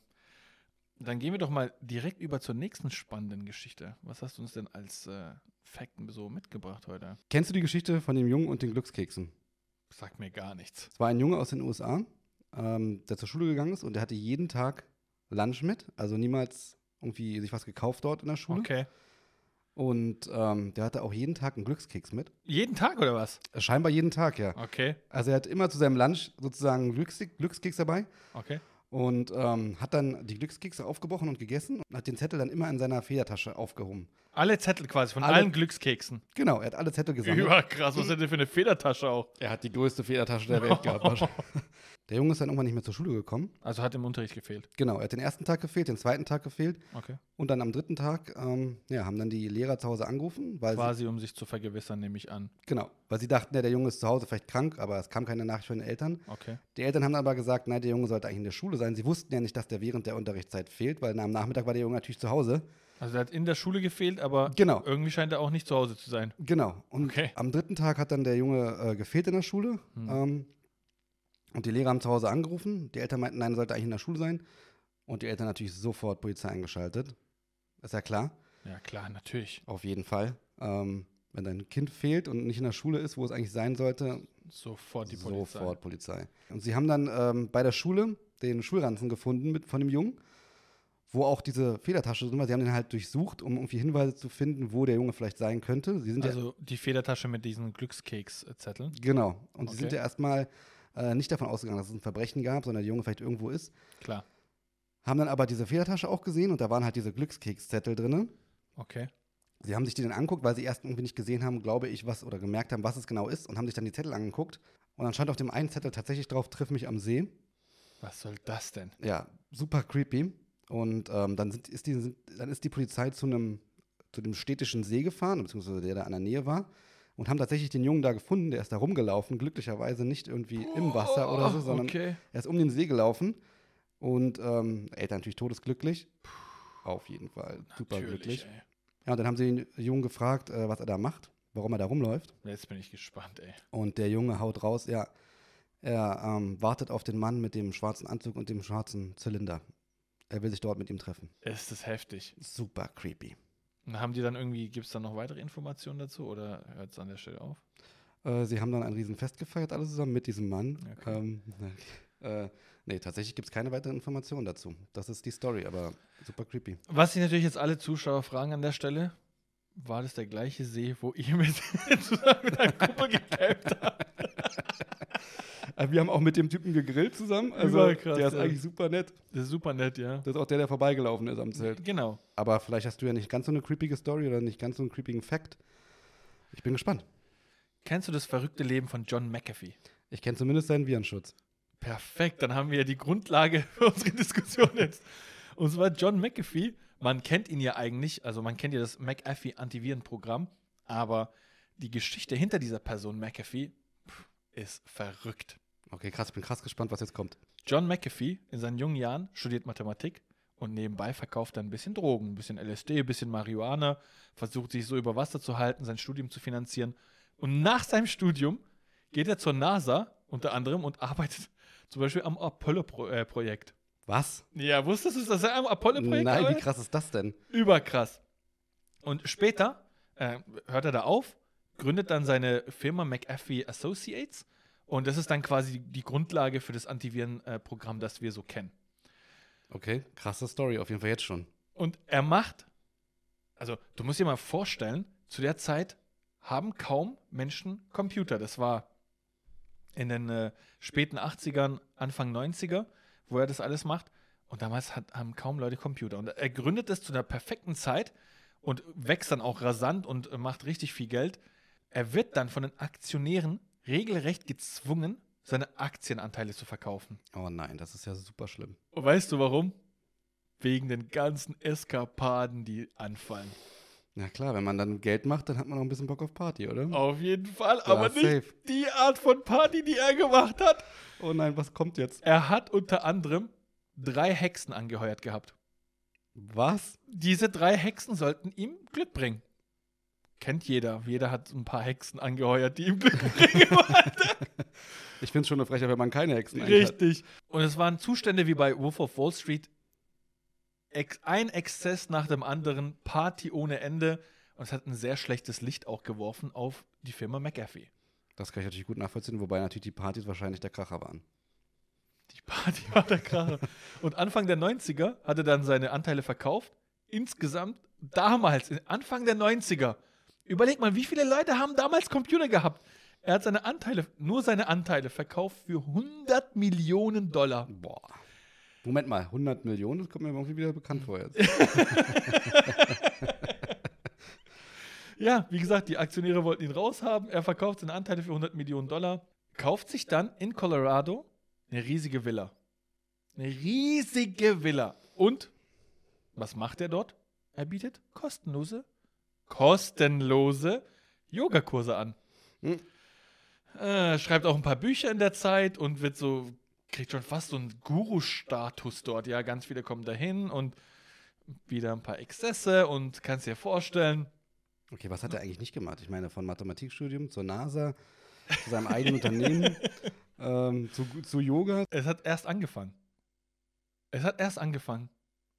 B: Dann gehen wir doch mal direkt über zur nächsten spannenden Geschichte. Was hast du uns denn als äh, Fakten so mitgebracht heute?
A: Kennst du die Geschichte von dem Jungen und den Glückskeksen?
B: Sagt mir gar nichts.
A: Es war ein Junge aus den USA, ähm, der zur Schule gegangen ist und der hatte jeden Tag Lunch mit, also niemals irgendwie sich was gekauft dort in der Schule.
B: Okay.
A: Und ähm, der hatte auch jeden Tag einen Glückskeks mit.
B: Jeden Tag oder was?
A: Scheinbar jeden Tag, ja.
B: Okay,
A: Also er hat immer zu seinem Lunch sozusagen einen Glücks Glückskeks dabei
B: okay.
A: und ähm, hat dann die Glückskekse aufgebrochen und gegessen und hat den Zettel dann immer in seiner Federtasche aufgehoben.
B: Alle Zettel quasi von
A: Alle-
B: allen Glückskeksen.
A: Genau, er hat alle Zettel gesammelt.
B: Überkrass, was ist denn für eine Federtasche auch?
A: Er hat die größte Federtasche der Welt gehabt. wahrscheinlich. <laughs> Der Junge ist dann irgendwann nicht mehr zur Schule gekommen.
B: Also hat im Unterricht gefehlt.
A: Genau, er hat den ersten Tag gefehlt, den zweiten Tag gefehlt
B: Okay.
A: und dann am dritten Tag ähm, ja, haben dann die Lehrer zu Hause angerufen, weil sie,
B: Quasi, um sich zu vergewissern, nehme ich an.
A: genau, weil sie dachten, ja, der Junge ist zu Hause vielleicht krank, aber es kam keine Nachricht von den Eltern.
B: Okay.
A: Die Eltern haben aber gesagt, nein, der Junge sollte eigentlich in der Schule sein. Sie wussten ja nicht, dass der während der Unterrichtszeit fehlt, weil am Nachmittag war der Junge natürlich zu Hause.
B: Also er hat in der Schule gefehlt, aber
A: Genau.
B: irgendwie scheint er auch nicht zu Hause zu sein.
A: Genau. Und
B: Okay. Hm.
A: am dritten Tag hat dann der Junge äh, gefehlt in der Schule. Ähm, und die Lehrer haben zu Hause angerufen. Die Eltern meinten, nein, er sollte eigentlich in der Schule sein. Und die Eltern natürlich sofort Polizei eingeschaltet. Ist ja klar,
B: Ja, klar, natürlich.
A: auf jeden Fall. Ähm, wenn dein Kind fehlt und nicht in der Schule ist, wo es eigentlich sein sollte,
B: Sofort die Polizei.
A: sofort Polizei. Und sie haben dann ähm, bei der Schule den Schulranzen gefunden mit, von dem Jungen, wo auch diese Federtasche drin war. Sie haben den halt durchsucht, um irgendwie Hinweise zu finden, wo der Junge vielleicht sein könnte. Sie sind ja
B: Also die Federtasche mit diesen Glückskekszetteln.
A: Genau. Und sie sind
B: Okay.
A: ja erstmal äh, nicht davon ausgegangen, dass es ein Verbrechen gab, sondern der Junge vielleicht irgendwo ist.
B: Klar.
A: Haben dann aber diese Federtasche auch gesehen und da waren halt diese Glückskekszettel drin.
B: Okay.
A: Sie haben sich die dann angeguckt, weil sie erst irgendwie nicht gesehen haben, glaube ich, was oder gemerkt haben, was es genau ist und haben sich dann die Zettel angeguckt. Und dann stand auf dem einen Zettel tatsächlich drauf, triff mich am See.
B: Was soll das denn?
A: Ja, super creepy. Und ähm, dann, sind, ist die, sind, dann ist die Polizei zu einem zu dem städtischen See gefahren, beziehungsweise der da in der Nähe war, und haben tatsächlich den Jungen da gefunden, der ist da rumgelaufen, glücklicherweise nicht irgendwie im Wasser oder so,
B: Oh,
A: sondern
B: Okay.
A: Er ist um den See gelaufen und ähm, Eltern natürlich todesglücklich. Auf jeden Fall super
B: Natürlich,
A: glücklich.
B: ey.
A: Ja, und dann haben sie den Jungen gefragt, äh, was er da macht, warum er da rumläuft.
B: Jetzt bin ich gespannt, ey.
A: Und der Junge haut raus, ja, er ähm, wartet auf den Mann mit dem schwarzen Anzug und dem schwarzen Zylinder. Er will sich dort mit ihm treffen.
B: Ist das heftig.
A: Super creepy.
B: Und haben die dann irgendwie, gibt es da noch weitere Informationen dazu oder hört es an der Stelle auf?
A: Äh, sie haben dann ein Riesenfest gefeiert, alle zusammen mit diesem Mann.
B: Okay.
A: Ähm, <laughs> äh, nee, tatsächlich gibt es keine weiteren Informationen dazu. Das ist die Story, aber super creepy.
B: Was sich natürlich jetzt alle Zuschauer fragen an der Stelle, war das der gleiche See, wo ihr mit <laughs> zusammen mit einer Gruppe gekämpft habt?
A: Äh, Wir haben auch mit dem Typen gegrillt zusammen. Also
B: Überall krass,
A: der ist
B: ja.
A: eigentlich super nett.
B: Das ist super nett, ja.
A: Das ist auch der, der vorbeigelaufen ist am Zelt.
B: Genau.
A: Aber vielleicht hast du ja nicht ganz so eine creepige Story oder nicht ganz so einen creepigen Fact. Ich bin gespannt.
B: Kennst du das verrückte Leben von John McAfee?
A: Ich kenne zumindest seinen Virenschutz.
B: Perfekt, dann haben wir ja die Grundlage <laughs> für unsere Diskussion jetzt. Und zwar John McAfee, man kennt ihn ja eigentlich, also man kennt ja das McAfee-Antivirenprogramm, aber die Geschichte hinter dieser Person McAfee pff, ist verrückt.
A: Okay, krass, ich bin krass gespannt, was jetzt kommt.
B: John McAfee in seinen jungen Jahren studiert Mathematik und nebenbei verkauft er ein bisschen Drogen, ein bisschen LSD, ein bisschen Marihuana, versucht sich so über Wasser zu halten, sein Studium zu finanzieren. Und nach seinem Studium geht er zur NASA unter anderem und arbeitet <laughs> zum Beispiel am Apollo-Projekt.
A: Was?
B: Ja, wusstest du, dass er am Apollo-Projekt
A: Nein, wie
B: arbeitet?
A: krass ist das denn?
B: Überkrass. Und später äh, hört er da auf, gründet dann seine Firma McAfee Associates und das ist dann quasi die Grundlage für das Antivirenprogramm, äh, das wir so kennen.
A: Okay, krasse Story, auf jeden Fall jetzt schon.
B: Und er macht, also du musst dir mal vorstellen, zu der Zeit haben kaum Menschen Computer. Das war in den äh, späten 80ern, Anfang 90er, wo er das alles macht. Und damals hat, haben kaum Leute Computer. Und er gründet das zu einer perfekten Zeit und wächst dann auch rasant und äh, macht richtig viel Geld. Er wird dann von den Aktionären regelrecht gezwungen, seine Aktienanteile zu verkaufen.
A: Oh nein, das ist ja super schlimm.
B: Und weißt du warum? Wegen den ganzen Eskapaden, die anfallen.
A: Na klar, wenn man dann Geld macht, dann hat man auch ein bisschen Bock auf Party, oder?
B: Auf jeden Fall,
A: Ja,
B: Oh, aber nicht
A: safe.
B: die Art von Party, die er gemacht hat.
A: Oh nein, was kommt jetzt?
B: Er hat unter anderem drei Hexen angeheuert gehabt.
A: Was?
B: Diese drei Hexen sollten ihm Glück bringen. Kennt jeder. Jeder hat ein paar Hexen angeheuert, die ihm Glück bringen wollten.
A: Ich finde es schon eine Frechheit, wenn man keine Hexen eigentlich hat.
B: Richtig. Und es waren Zustände wie bei Wolf of Wall Street. Ex ein Exzess nach dem anderen, Party ohne Ende. Und es hat ein sehr schlechtes Licht auch geworfen auf die Firma McAfee.
A: Das kann ich natürlich gut nachvollziehen, wobei natürlich die Partys wahrscheinlich der Kracher waren.
B: Die Party <laughs> war der Kracher. Und Anfang der 90er hat er dann seine Anteile verkauft. Insgesamt damals, in- Anfang der 90er. Überleg mal, wie viele Leute haben damals Computer gehabt? Er hat seine Anteile, nur seine Anteile verkauft für 100 Millionen Dollar.
A: Boah. Moment mal,
B: <laughs>
A: 100 Millionen, das kommt mir irgendwie wieder bekannt vor jetzt.
B: Ja, wie gesagt, die Aktionäre wollten ihn raushaben. Er verkauft seine Anteile für 100 Millionen Dollar, kauft sich dann in Colorado eine riesige Villa. Eine riesige Villa. Und was macht er dort? Er bietet kostenlose, kostenlose Yogakurse an.
A: Hm.
B: Äh, schreibt auch ein paar Bücher in der Zeit und wird so, kriegt schon fast so einen Guru-Status dort. Ja, ganz viele kommen dahin und wieder ein paar Exzesse und kannst dir vorstellen,
A: Okay, was hat er eigentlich nicht gemacht? Ich meine, von Mathematikstudium zur NASA, zu seinem eigenen
B: <laughs>
A: Unternehmen, ähm, zu, zu Yoga.
B: Es hat erst angefangen. Es hat erst angefangen.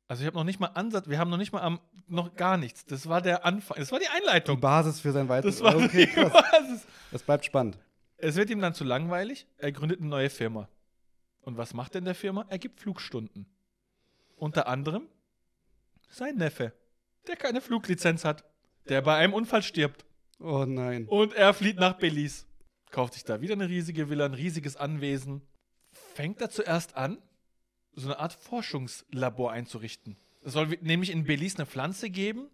B: Also ich habe noch nicht mal Ansatz, wir haben noch nicht mal am, noch gar nichts. Das war der Anfang, das war die
A: Die
B: Einleitung.
A: Basis für sein weiteres.
B: Das war
A: okay,
B: die
A: krass.
B: Basis.
A: Das bleibt spannend.
B: Es wird ihm dann zu langweilig, er gründet eine neue Firma. Und was macht denn der Firma? Er gibt Flugstunden. Unter anderem sein Neffe, der keine Fluglizenz hat, der bei einem Unfall stirbt.
A: Oh nein.
B: Und er flieht nach Belize. Kauft sich da wieder eine riesige Villa, ein riesiges Anwesen. Fängt da zuerst an, so eine Art Forschungslabor einzurichten. Es soll nämlich in Belize eine Pflanze geben,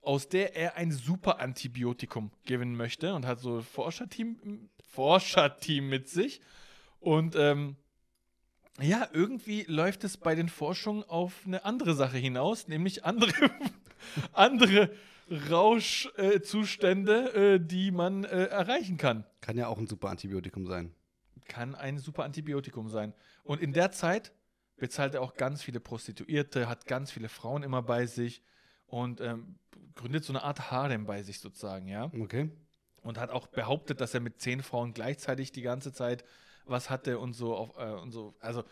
B: aus der er ein Superantibiotikum gewinnen möchte und hat so ein Forscherteam, Forscherteam mit sich. Und ähm, ja, irgendwie läuft es bei den Forschungen auf eine andere Sache hinaus, nämlich andere, <laughs> andere Rauschzustände, äh, Zustände, äh, die man äh, erreichen kann.
A: Kann ja auch ein super Antibiotikum sein.
B: Kann ein super Antibiotikum sein. Und in der Zeit bezahlt er auch ganz viele Prostituierte, hat ganz viele Frauen immer bei sich und ähm, gründet so eine Art Harem bei sich sozusagen, ja
A: Okay.
B: und hat auch behauptet, dass er mit zehn Frauen gleichzeitig die ganze Zeit was hatte und so auf, äh, und so. Also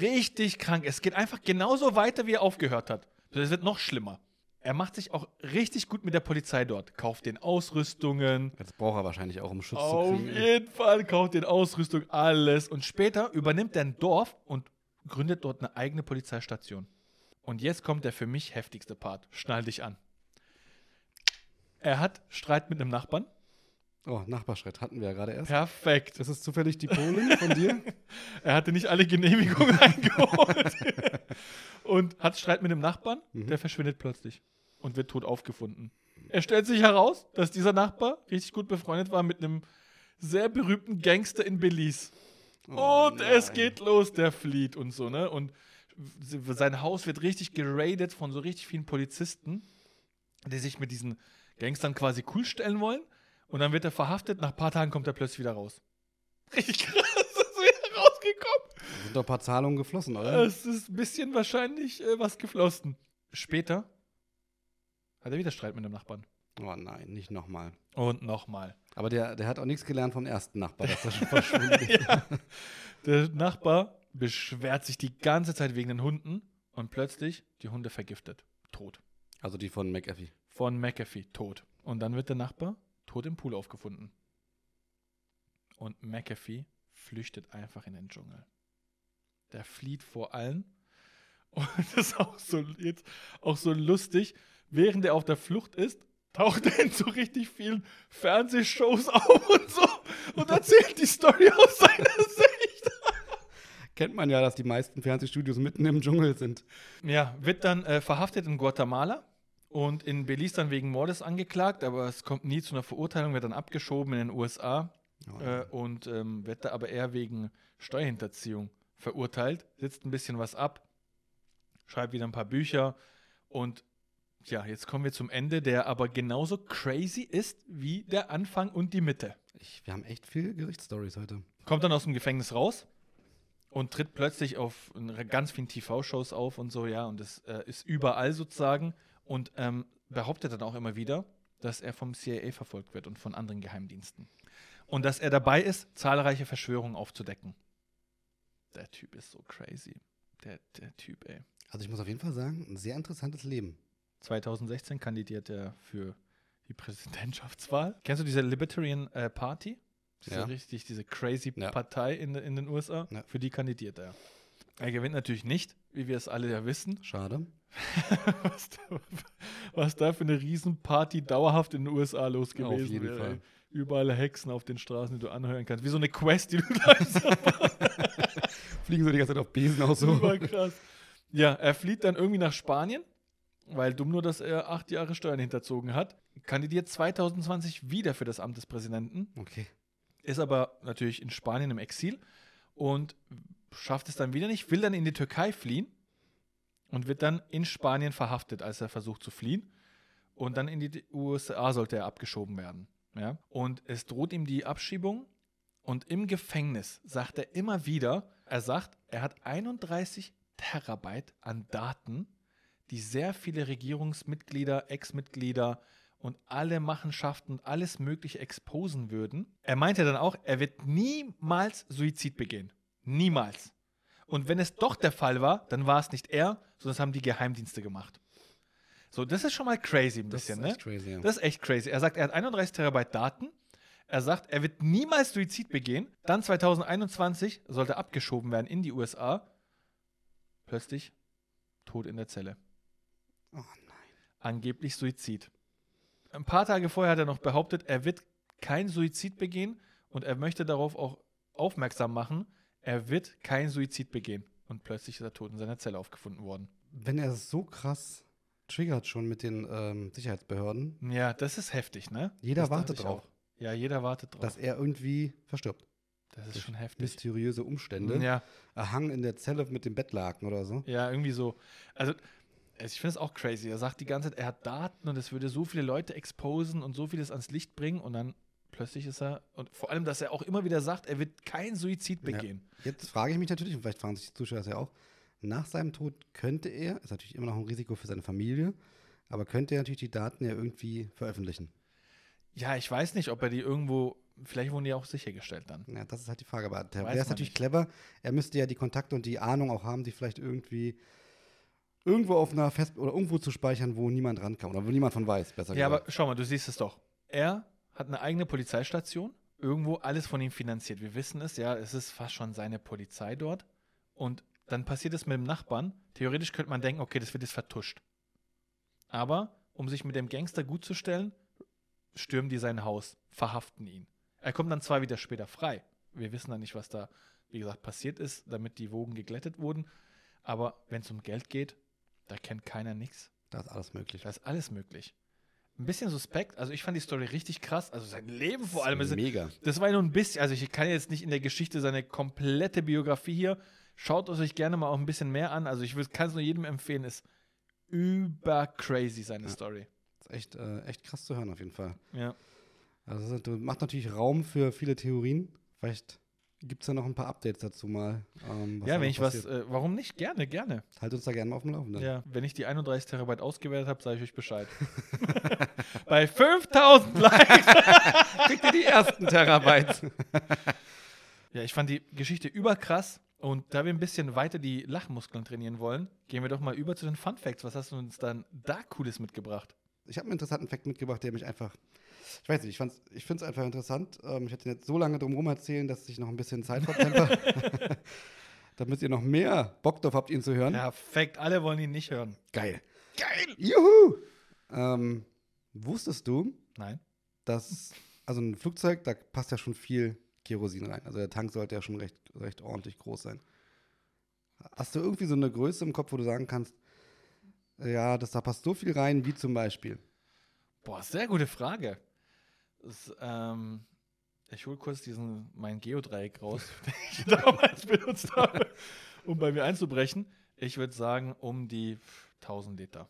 B: richtig krank. Es geht einfach genauso weiter, wie er aufgehört hat. Es wird noch schlimmer. Er macht sich auch richtig gut mit der Polizei dort, kauft den Ausrüstungen.
A: Jetzt braucht er wahrscheinlich auch, um Schutz
B: Auf
A: zu kriegen.
B: jeden Fall kauft den Ausrüstung, alles. Und später übernimmt er ein Dorf und gründet dort eine eigene Polizeistation. Und jetzt kommt der für mich heftigste Part. Schnall dich an. Er hat Streit mit einem Nachbarn.
A: Oh, Nachbarschritt hatten wir ja gerade erst.
B: Perfekt.
A: Ist es zufällig die Polin von dir?
B: Er hatte nicht alle Genehmigungen <laughs> eingeholt und hat Streit mit dem Nachbarn.
A: Mhm.
B: Der verschwindet plötzlich und wird tot aufgefunden. Er stellt sich heraus, dass dieser Nachbar richtig gut befreundet war mit einem sehr berühmten Gangster in Belize.
A: Oh,
B: <laughs> und es
A: nein.
B: geht los, der flieht und so, ne? Und sein Haus wird richtig geradet von so richtig vielen Polizisten, die sich mit diesen Gangstern quasi cool stellen wollen. Und dann wird er verhaftet. Nach ein paar Tagen kommt er plötzlich wieder raus. <laughs> Richtig krass, ist wieder rausgekommen.
A: Sind doch ein paar Zahlungen geflossen, oder?
B: Äh, Es ist ein bisschen wahrscheinlich äh, was geflossen. Später hat er wieder Streit mit dem Nachbarn.
A: Oh nein, nicht nochmal.
B: Und nochmal.
A: Aber der, der hat auch nichts gelernt vom ersten Nachbar, dass er <laughs> schon verschwunden ist.
B: ja. Der Nachbar beschwert sich die ganze Zeit wegen den Hunden und plötzlich die Hunde vergiftet. Tot.
A: Also die von McAfee.
B: Von McAfee. Tot. Und dann wird der Nachbar tot im Pool aufgefunden. Und McAfee flüchtet einfach in den Dschungel. Der flieht vor allen. <laughs> Und das ist auch so, jetzt auch so lustig. Während er auf der Flucht ist, taucht er in so richtig vielen Fernsehshows <laughs> auf und so und erzählt die Story aus seiner Sicht.
A: Kennt man ja, dass die meisten Fernsehstudios mitten im Dschungel sind.
B: Ja, wird dann äh, verhaftet in Guatemala und in Belize dann wegen Mordes angeklagt, aber es kommt nie zu einer Verurteilung, wird dann abgeschoben in den USA
A: Oh,
B: äh, und ähm, wird da aber eher wegen Steuerhinterziehung verurteilt, sitzt ein bisschen was ab, schreibt wieder ein paar Bücher und ja, jetzt kommen wir zum Ende, der aber genauso crazy ist wie der Anfang und die Mitte.
A: Ich, wir haben echt viel Gerichtsstories heute.
B: Kommt dann aus dem Gefängnis raus und tritt plötzlich auf n- ganz vielen TV-Shows auf und so, ja, und das äh, ist überall sozusagen und ähm, behauptet dann auch immer wieder, dass er vom CIA verfolgt wird und von anderen Geheimdiensten. Und dass er dabei ist, zahlreiche Verschwörungen aufzudecken. Der Typ ist so crazy. Der, der Typ, ey.
A: Also ich muss auf jeden Fall sagen, ein sehr interessantes Leben.
B: 2016 kandidiert er für die Präsidentschaftswahl. Kennst du diese Libertarian äh, Party? Diese
A: Ja.
B: richtig, diese crazy
A: Ja.
B: Partei in, in den USA.
A: Ja.
B: Für die kandidiert er. Er gewinnt natürlich nicht, wie wir es alle ja wissen.
A: Schade.
B: <laughs> was, da, was da für eine Riesenparty dauerhaft in den USA los gewesen
A: jeden
B: wäre.
A: Fall.
B: Überall Hexen auf den Straßen, die du anhören kannst. Wie so eine Quest, die du <laughs> gleich <laughs>
A: Fliegen so die ganze Zeit auf Besen auch so.
B: Super krass. Ja, er flieht dann irgendwie nach Spanien Weil dumm nur, dass er acht Jahre Steuern hinterzogen hat, kandidiert 2020 wieder für das Amt des Präsidenten,
A: Okay.
B: ist aber natürlich in Spanien im Exil und schafft es dann wieder nicht, will dann in die Türkei fliehen und wird dann in Spanien verhaftet, als er versucht zu fliehen. Und dann in die USA sollte er abgeschoben werden. Ja? Und es droht ihm die Abschiebung. Und im Gefängnis sagt er immer wieder, er sagt, er hat 31 Terabyte an Daten, die sehr viele Regierungsmitglieder, Ex-Mitglieder und alle Machenschaften und alles Mögliche exposen würden. Er meinte dann auch, er wird niemals Suizid begehen. Niemals. Und wenn es doch der Fall war, dann war es nicht er, sondern es haben die Geheimdienste gemacht. So, das ist schon mal crazy ein bisschen, ne?
A: echt crazy, ja.
B: Das ist echt crazy. Er sagt, er hat 31 Terabyte Daten. Er sagt, er wird niemals Suizid begehen. Dann 2021 sollte er abgeschoben werden in die USA. Plötzlich tot in der Zelle.
A: Oh nein.
B: Angeblich Suizid. Ein paar Tage vorher hat er noch behauptet, er wird kein Suizid begehen und er möchte darauf auch aufmerksam machen, er wird kein Suizid begehen. Und plötzlich ist er tot in seiner Zelle aufgefunden worden.
A: Wenn er so krass triggert schon mit den ähm, Sicherheitsbehörden,
B: Ja, das ist heftig, ne?
A: Jeder
B: das dachte
A: wartet
B: ich
A: drauf.
B: auch. Ja, jeder wartet drauf.
A: dass er irgendwie verstirbt.
B: das ist schon heftig.
A: Mysteriöse Umstände.
B: Ja,
A: Er hang in der Zelle mit dem Bettlaken oder so.
B: ja, irgendwie so. Also, also ich finde es auch crazy. Er sagt die ganze Zeit, er hat Daten und es würde so viele Leute exposen und so vieles ans Licht bringen und dann plötzlich ist er. Und vor allem, dass er auch immer wieder sagt, er wird keinen Suizid
A: Ja.
B: begehen.
A: Jetzt frage ich mich natürlich, und vielleicht fragen sich die Zuschauer das ja auch, nach seinem Tod könnte er, ist natürlich immer noch ein Risiko für seine Familie, aber könnte er natürlich die Daten ja irgendwie veröffentlichen.
B: Ja. ich weiß nicht, ob er die irgendwo. Vielleicht wurden die auch sichergestellt dann.
A: Ja, das ist halt die Frage. Aber der wäre
B: Weiß man
A: es natürlich
B: nicht.
A: clever. Er müsste ja die Kontakte und die Ahnung auch haben, die vielleicht irgendwie irgendwo auf einer Fest oder irgendwo zu speichern, wo niemand rankam oder wo niemand von weiß, besser
B: Ja,
A: gesagt.
B: aber schau mal, du siehst es doch. Er hat eine eigene Polizeistation, irgendwo alles von ihm finanziert. Wir wissen es, ja, es ist fast schon seine Polizei dort. Und dann passiert es mit dem Nachbarn. Theoretisch könnte man denken, okay, das wird jetzt vertuscht. Aber um sich mit dem Gangster gut zu stellen, stürmen die sein Haus, verhaften ihn. Er kommt dann zwar wieder später frei. Wir wissen dann nicht, was da, wie gesagt, passiert ist, damit die Wogen geglättet wurden. Aber wenn es um Geld geht, da kennt keiner nichts.
A: Da ist alles möglich.
B: Da ist alles möglich. Ein bisschen suspekt. Also ich fand die Story richtig krass. Also sein Leben vor allem. Ist,
A: mega.
B: das war ja nur ein bisschen. Also ich kann jetzt nicht in der Geschichte seine komplette Biografie hier. Schaut es euch gerne mal auch ein bisschen mehr an. Also ich kann es nur jedem empfehlen. Ist über crazy seine
A: Ja.
B: Story.
A: Ist echt, äh, echt krass zu hören auf jeden Fall.
B: Ja.
A: Also das ist- das macht natürlich Raum für viele Theorien. Vielleicht gibt es ja noch ein paar Updates dazu mal. ähm,
B: ja,
A: da
B: wenn
A: noch
B: ich was.
A: passiert.
B: Äh, warum nicht? Gerne, gerne.
A: Halt uns da gerne mal auf dem Laufenden.
B: Ja. Wenn ich die 31 Terabyte ausgewertet habe, sage ich euch
A: <laughs>
B: Bescheid. Bei 5000 Likes.
A: Kriegt ihr die ersten Terabyte?
B: Ja, ich fand die Geschichte überkrass. Und da wir ein bisschen weiter die Lachmuskeln trainieren wollen, gehen wir doch mal über zu den Fun Facts. Was hast du uns dann da Cooles mitgebracht?
A: <laughs> Ich habe einen interessanten Fact mitgebracht, der mich einfach. Ich weiß nicht, ich, fand's- ich finde es einfach interessant. Ähm, ich hätte jetzt so lange drumherum erzählen, dass ich noch ein bisschen Zeit verplemper.
B: <laughs>
A: Damit ihr noch mehr Bock drauf habt, ihn zu
B: Hm?
A: hören.
B: Perfekt, alle wollen ihn nicht hören.
A: Geil.
B: Geil!
A: Juhu! Ähm, wusstest du,
B: Nein.
A: dass. Also ein Flugzeug, da passt ja schon viel Kerosin rein. Also der Tank sollte ja schon recht, recht ordentlich groß sein. Hast du irgendwie so eine Größe im Kopf, wo du sagen kannst, äh, ja, das, da passt so viel rein, wie zum Beispiel.
B: Boah, sehr gute Frage. Das, ähm, ich hole kurz diesen, mein Geodreieck raus, <laughs> den ich damals <laughs> benutzt habe, um bei mir einzubrechen. Ich würde sagen, um die 1000 Liter.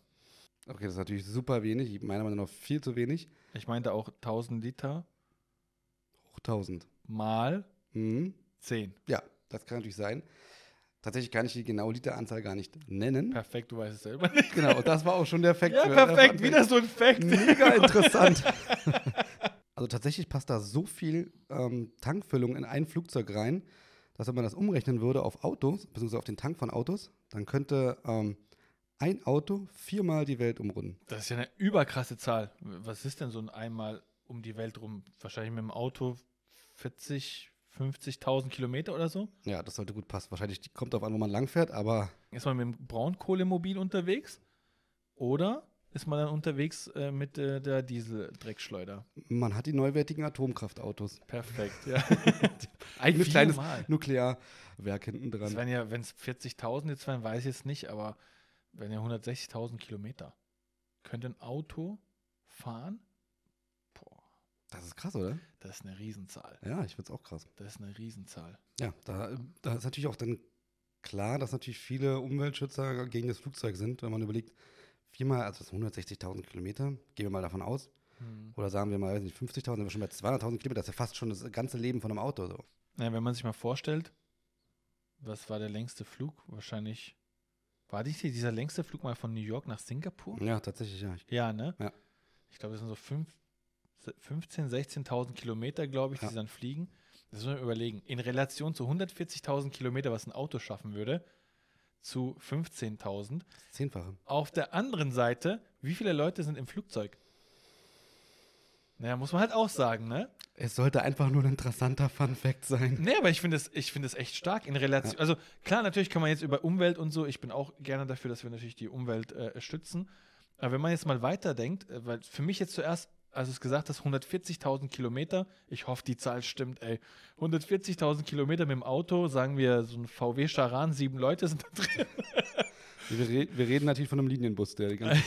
A: Okay, das ist natürlich super wenig, meiner Meinung nach viel zu wenig.
B: Ich meinte auch 1000 Liter
A: Hoch 1000.
B: mal
A: Mhm.
B: 10.
A: Ja, das kann natürlich sein. Tatsächlich kann ich die genaue Literanzahl gar nicht nennen.
B: Perfekt, du weißt es selber nicht.
A: <laughs> Genau, und das war auch schon der Fact.
B: <laughs> Ja,
A: für-
B: perfekt,
A: der
B: wieder
A: Fun
B: so ein Fact.
A: Fact. Mega <laughs> interessant. also tatsächlich passt da so viel ähm, Tankfüllung in ein Flugzeug rein, dass wenn man das umrechnen würde auf Autos, beziehungsweise auf den Tank von Autos, dann könnte ähm, ein Auto viermal die Welt umrunden.
B: Das ist ja eine überkrasse Zahl. Was ist denn so ein einmal um die Welt rum? Wahrscheinlich mit dem Auto 40, 50.000 Kilometer oder so?
A: Ja, das sollte gut passen. Wahrscheinlich die- kommt darauf an, wo man langfährt, aber
B: Ist man mit dem Braunkohlemobil unterwegs? Oder ist man dann unterwegs äh, mit äh, der Diesel-Dreckschleuder?
A: man hat die neuwertigen Atomkraftautos.
B: Perfekt, ja.
A: Ein kleines
B: Mal.
A: Nuklearwerk hinten dran.
B: Wenn es 40.000 jetzt wären, weiß ich jetzt nicht, aber wenn ja 160.000 Kilometer. Könnte ein Auto fahren? Boah,
A: Das ist krass, oder?
B: das ist eine Riesenzahl.
A: Ja, ich find's auch krass.
B: Das ist eine Riesenzahl.
A: Ja, da, da ist natürlich auch dann klar, dass natürlich viele Umweltschützer gegen das Flugzeug sind, wenn man überlegt, viermal, also das sind 160.000 Kilometer, gehen wir mal davon aus,
B: Hm.
A: oder sagen wir mal, weiß nicht, 50.000, sind wir schon bei 200.000 Kilometer, das ist ja fast schon das ganze Leben von einem Auto. So.
B: Naja, wenn man sich mal vorstellt, was war der längste Flug? Wahrscheinlich. War nicht dieser längste Flug mal von New York nach Singapur?
A: Ja, tatsächlich, ja. Ich,
B: Ja, ne?
A: Ja.
B: Ich glaube, das sind so fünf, se- 15.000, 16.000 Kilometer, glaube ich,
A: Ja.
B: die dann fliegen. Das muss man überlegen. In Relation zu 140.000 Kilometer, was ein Auto schaffen würde, zu 15.000.
A: das Zehnfache.
B: Auf der anderen Seite, wie viele Leute sind im Flugzeug? Naja, muss man halt auch sagen, ne?
A: Es sollte einfach nur ein interessanter Fun-Fact sein.
B: Nee, aber ich finde es ich finde es echt stark in Relation. Also klar, natürlich kann man jetzt über Umwelt und so, ich bin auch gerne dafür, dass wir natürlich die Umwelt äh, stützen. Aber wenn man jetzt mal weiterdenkt, äh, weil für mich jetzt zuerst, als du es gesagt hast, 140.000 Kilometer, ich hoffe, die Zahl stimmt, ey. 140.000 Kilometer mit dem Auto, sagen wir so ein VW Charan, sieben Leute sind da drin.
A: Wir, re wir reden natürlich von einem Linienbus, der die <laughs> ganze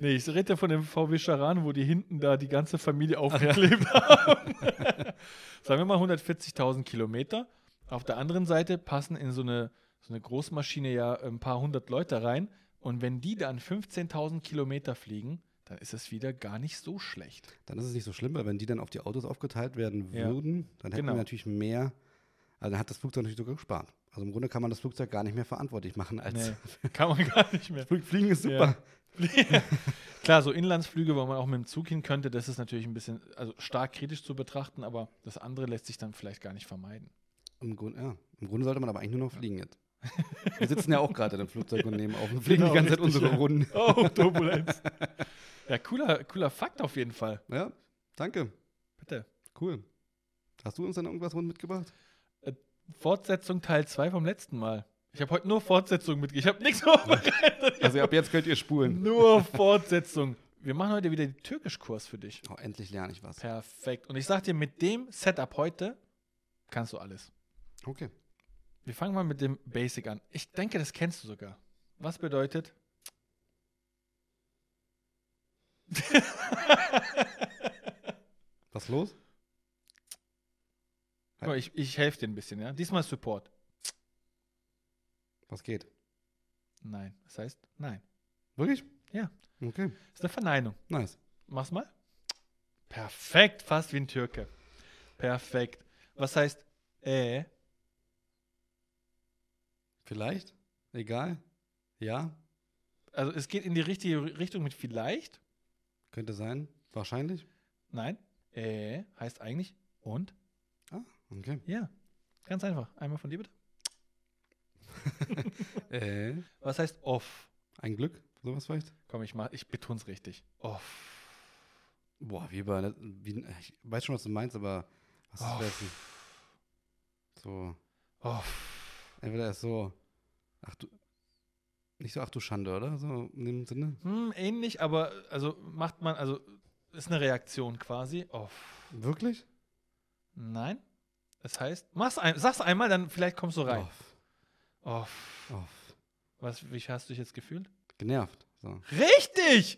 B: Nee, ich rede ja von dem VW Charan, wo die hinten da die ganze Familie aufgeklebt haben. <laughs> Sagen wir mal 140.000 Kilometer. Auf der anderen Seite passen in so eine, so eine Großmaschine ja ein paar hundert Leute rein. Und wenn die dann 15.000 Kilometer fliegen, dann ist es wieder gar nicht so schlecht.
A: Dann ist es nicht so schlimm, weil wenn die dann auf die Autos aufgeteilt werden
B: Ja.
A: würden, dann hätten
B: Genau.
A: wir natürlich mehr, also dann hat das Flugzeug natürlich sogar gespart. Also im Grunde kann man das Flugzeug gar nicht mehr verantwortlich machen als
B: Nee, kann man gar nicht mehr.
A: Fl- Fliegen ist
B: Ja.
A: super.
B: Klar, so Inlandsflüge, wo man auch mit dem Zug hin könnte, das ist natürlich ein bisschen also stark kritisch zu betrachten, aber das andere lässt sich dann vielleicht gar nicht vermeiden.
A: Im, Grunde, ja. Im Grunde sollte man aber eigentlich nur noch fliegen jetzt. Wir sitzen ja auch gerade in einem Flugzeug und nehmen auf und fliegen
B: Genau,
A: die ganze Zeit
B: richtig,
A: unsere
B: ja.
A: Runden.
B: Oh, Turbulenz. ja, cooler, cooler Fakt auf jeden Fall.
A: Ja, danke.
B: Bitte.
A: Cool. Hast du uns dann irgendwas rund mitgebracht?
B: Fortsetzung Teil 2 vom letzten Mal. Ich habe heute nur Fortsetzung mitgegeben. Ich habe nichts vorbereitet.
A: <laughs> Also ab jetzt könnt ihr spulen.
B: nur Fortsetzung. Wir machen heute wieder den Türkischkurs für dich.
A: Oh, endlich lerne ich was.
B: Perfekt. Und ich sag dir, mit dem Setup heute kannst du alles.
A: Okay.
B: Wir fangen mal mit dem Basic an. Ich denke, das kennst du sogar. Was bedeutet?
A: Was los?
B: Guck mal, Ich, ich helfe dir ein bisschen, ja? Diesmal Support.
A: Was geht?
B: Nein. Das heißt, nein.
A: Wirklich?
B: Ja.
A: Okay.
B: Das ist eine Verneinung.
A: Nice.
B: Mach's mal. Perfekt, fast wie ein Türke. Perfekt. Was heißt äh?
A: Vielleicht? Egal? Ja?
B: Also es geht in die richtige Richtung mit vielleicht.
A: Könnte sein? Wahrscheinlich?
B: Nein. Äh heißt eigentlich und
A: Ah, <laughs> okay.
B: ja. Ganz einfach. Einmal von dir bitte.
A: Äh,
B: Was heißt off?
A: ein Glück? Sowas vielleicht?
B: Komm, ich mach, ich beton's richtig. Off.
A: Boah, wie bei. Wie, ich weiß schon, was du meinst, aber was ist das? denn? So.
B: Off.
A: Entweder er ist so. Ach du. Nicht so, ach du Schande, oder? So in dem Sinne.
B: Hm, ähnlich, aber also macht man, also ist eine Reaktion quasi. Off.
A: Wirklich?
B: Nein. Das heißt, mach's ein, sag's einmal, dann vielleicht kommst du rein.
A: Off.
B: Off.
A: Off.
B: Was, wie hast du dich jetzt gefühlt?
A: Genervt. So.
B: Richtig!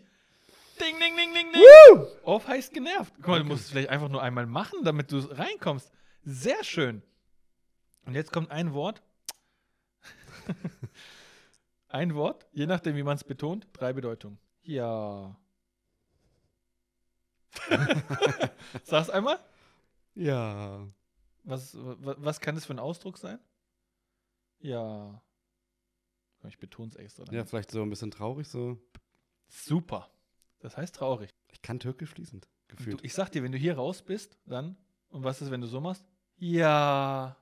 B: Ding, ding, ding, ding, ding! Off heißt genervt. Guck mal, du musst es vielleicht einfach nur einmal machen, damit du reinkommst. Sehr schön. Und jetzt kommt ein Wort. <laughs> ein Wort, je nachdem, wie man es betont, drei Bedeutungen. Ja. <laughs> Sag's einmal.
A: Ja.
B: Was, wa- was kann das für ein Ausdruck sein? Ja. Ich betone es extra.
A: Ja, vielleicht so ein bisschen traurig, so.
B: Super. Das heißt traurig.
A: Ich kann Türkisch fließend.
B: Du,
A: Gefühlt.
B: ich sag dir, wenn du hier raus bist, dann. Und was ist, wenn du so machst? Ja.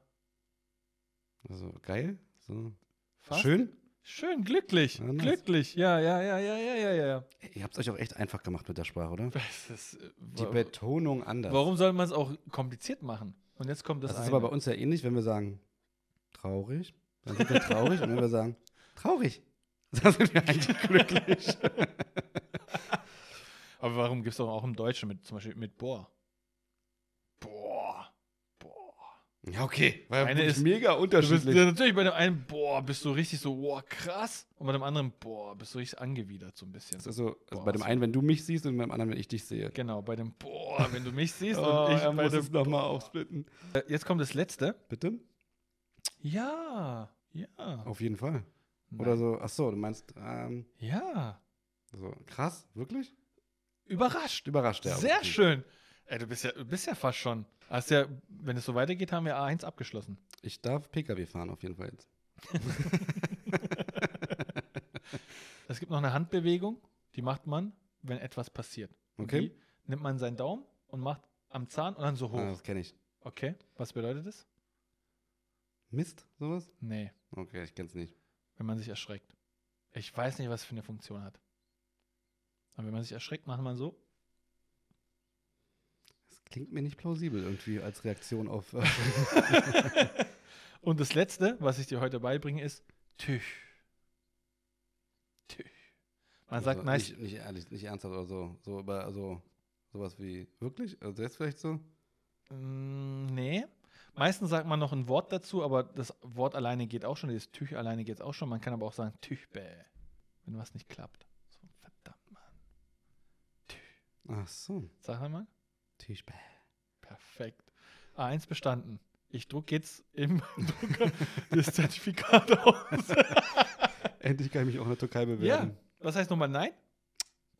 A: Also geil. So.
B: Fast.
A: Schön.
B: Schön, glücklich.
A: Ja, nice.
B: Glücklich. Ja, ja, ja, ja, ja, ja, ja, ja.
A: Ey, Ihr habt es euch auch echt einfach gemacht mit der Sprache, oder?
B: Das ist, äh,
A: Die
B: wa-
A: Betonung anders.
B: warum soll man es auch kompliziert machen? Und jetzt kommt das.
A: Das, ist
B: eine.
A: aber bei uns ja ähnlich, wenn wir sagen, traurig, dann sind wir traurig. und wenn wir sagen, traurig, <laughs> dann sind wir eigentlich
B: <laughs>
A: glücklich.
B: aber warum gibt es doch auch im Deutschen mit, zum Beispiel mit Boah? Boah. Boah.
A: Ja, okay. War ja
B: Eine
A: wirklich
B: ist-
A: mega
B: Du bist
A: unterschiedlich.
B: ja, natürlich bei dem einen, boah, bist du richtig so, boah, krass. Und bei dem anderen, boah, bist du richtig angewidert so ein bisschen.
A: Das ist so, also
B: Boah,
A: bei dem
B: so-
A: einen, wenn du mich siehst und beim anderen, wenn ich dich sehe.
B: Genau, bei dem, <laughs> boah, wenn du mich siehst
A: Oh,
B: und ich
A: er
B: bei
A: muss
B: dem,
A: es nochmal aufsplitten.
B: Äh, Jetzt kommt das letzte.
A: Bitte?
B: Ja, ja.
A: Auf jeden Fall.
B: Nein.
A: Oder so, ach so, du meinst, ähm,
B: Ja.
A: so, krass, wirklich?
B: Überrascht.
A: Überrascht, ja.
B: Sehr
A: Okay.
B: schön. Ey, du bist ja, du bist ja fast schon. Hast ja, wenn es so weitergeht, haben wir A1 abgeschlossen.
A: Ich darf Pkw fahren, auf jeden Fall <laughs> jetzt.
B: Es gibt noch eine Handbewegung, die macht man, wenn etwas passiert. Und
A: Okay.
B: Die nimmt man seinen Daumen und macht am Zahn und dann so
A: Ah,
B: hoch.
A: das kenne ich.
B: Okay. Was bedeutet das?
A: Mist, sowas?
B: Nee,
A: Okay, ich kenn's nicht.
B: wenn man sich erschreckt. Ich weiß nicht, was es für eine Funktion hat. Aber wenn man sich erschreckt, macht man so.
A: Das klingt mir nicht plausibel irgendwie als Reaktion auf. <laughs> Äh,
B: Und das letzte, was ich dir heute beibringe, ist Tüch. Tüch. Man sagt
A: also
B: meist,
A: Nicht, nicht ehrlich, nicht ernsthaft oder so. So, aber also sowas wie wirklich? Also jetzt vielleicht so?
B: Mm, nee. Meistens sagt man noch ein Wort dazu, aber das Wort alleine geht auch schon, dieses Tüch alleine geht auch schon. Man kann aber auch sagen Tüchbä, wenn was nicht klappt. So, verdammt, Mann.
A: Ach so.
B: Sag einmal.
A: Tischbä.
B: Perfekt. A1 bestanden. Ich druck jetzt im <laughs> Drucker das Zertifikat aus.
A: Endlich kann ich mich auch in der Türkei
B: Ja,
A: bewerben.
B: was heißt nochmal nein?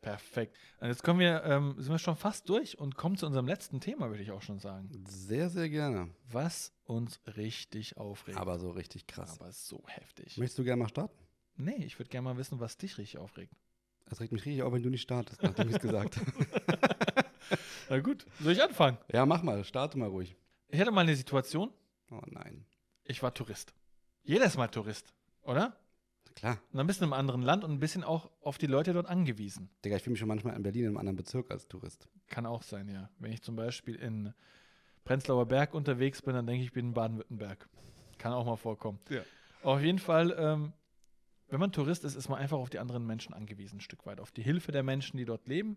B: Perfekt. Und jetzt kommen wir, ähm, sind wir schon fast durch und kommen zu unserem letzten Thema, würde ich auch schon sagen.
A: Sehr, sehr gerne.
B: Was uns richtig aufregt.
A: Aber so richtig krass.
B: Aber so heftig.
A: Möchtest du gerne mal starten?
B: Nee, ich würde gerne mal wissen, was dich richtig aufregt.
A: Es regt mich richtig auf, wenn du nicht startest, nachdem ich es
B: <laughs>
A: gesagt habe.
B: Na gut, soll ich anfangen?
A: Ja, mach mal, starte mal ruhig.
B: Ich hatte mal eine Situation,
A: Oh nein.
B: ich war Tourist. Jeder ist mal Tourist, oder?
A: Klar,
B: Und dann bist du in einem anderen Land und ein bisschen auch auf die Leute dort angewiesen.
A: Digga, ich fühle mich schon manchmal in Berlin in einem anderen Bezirk als Tourist.
B: Kann auch sein, ja. Wenn ich zum Beispiel in Prenzlauer Berg unterwegs bin, dann denke ich, ich bin in Baden-Württemberg. Kann auch mal vorkommen.
A: Ja.
B: Auf jeden Fall, ähm, wenn man Tourist ist, ist man einfach auf die anderen Menschen angewiesen, ein Stück weit. Auf die Hilfe der Menschen, die dort leben.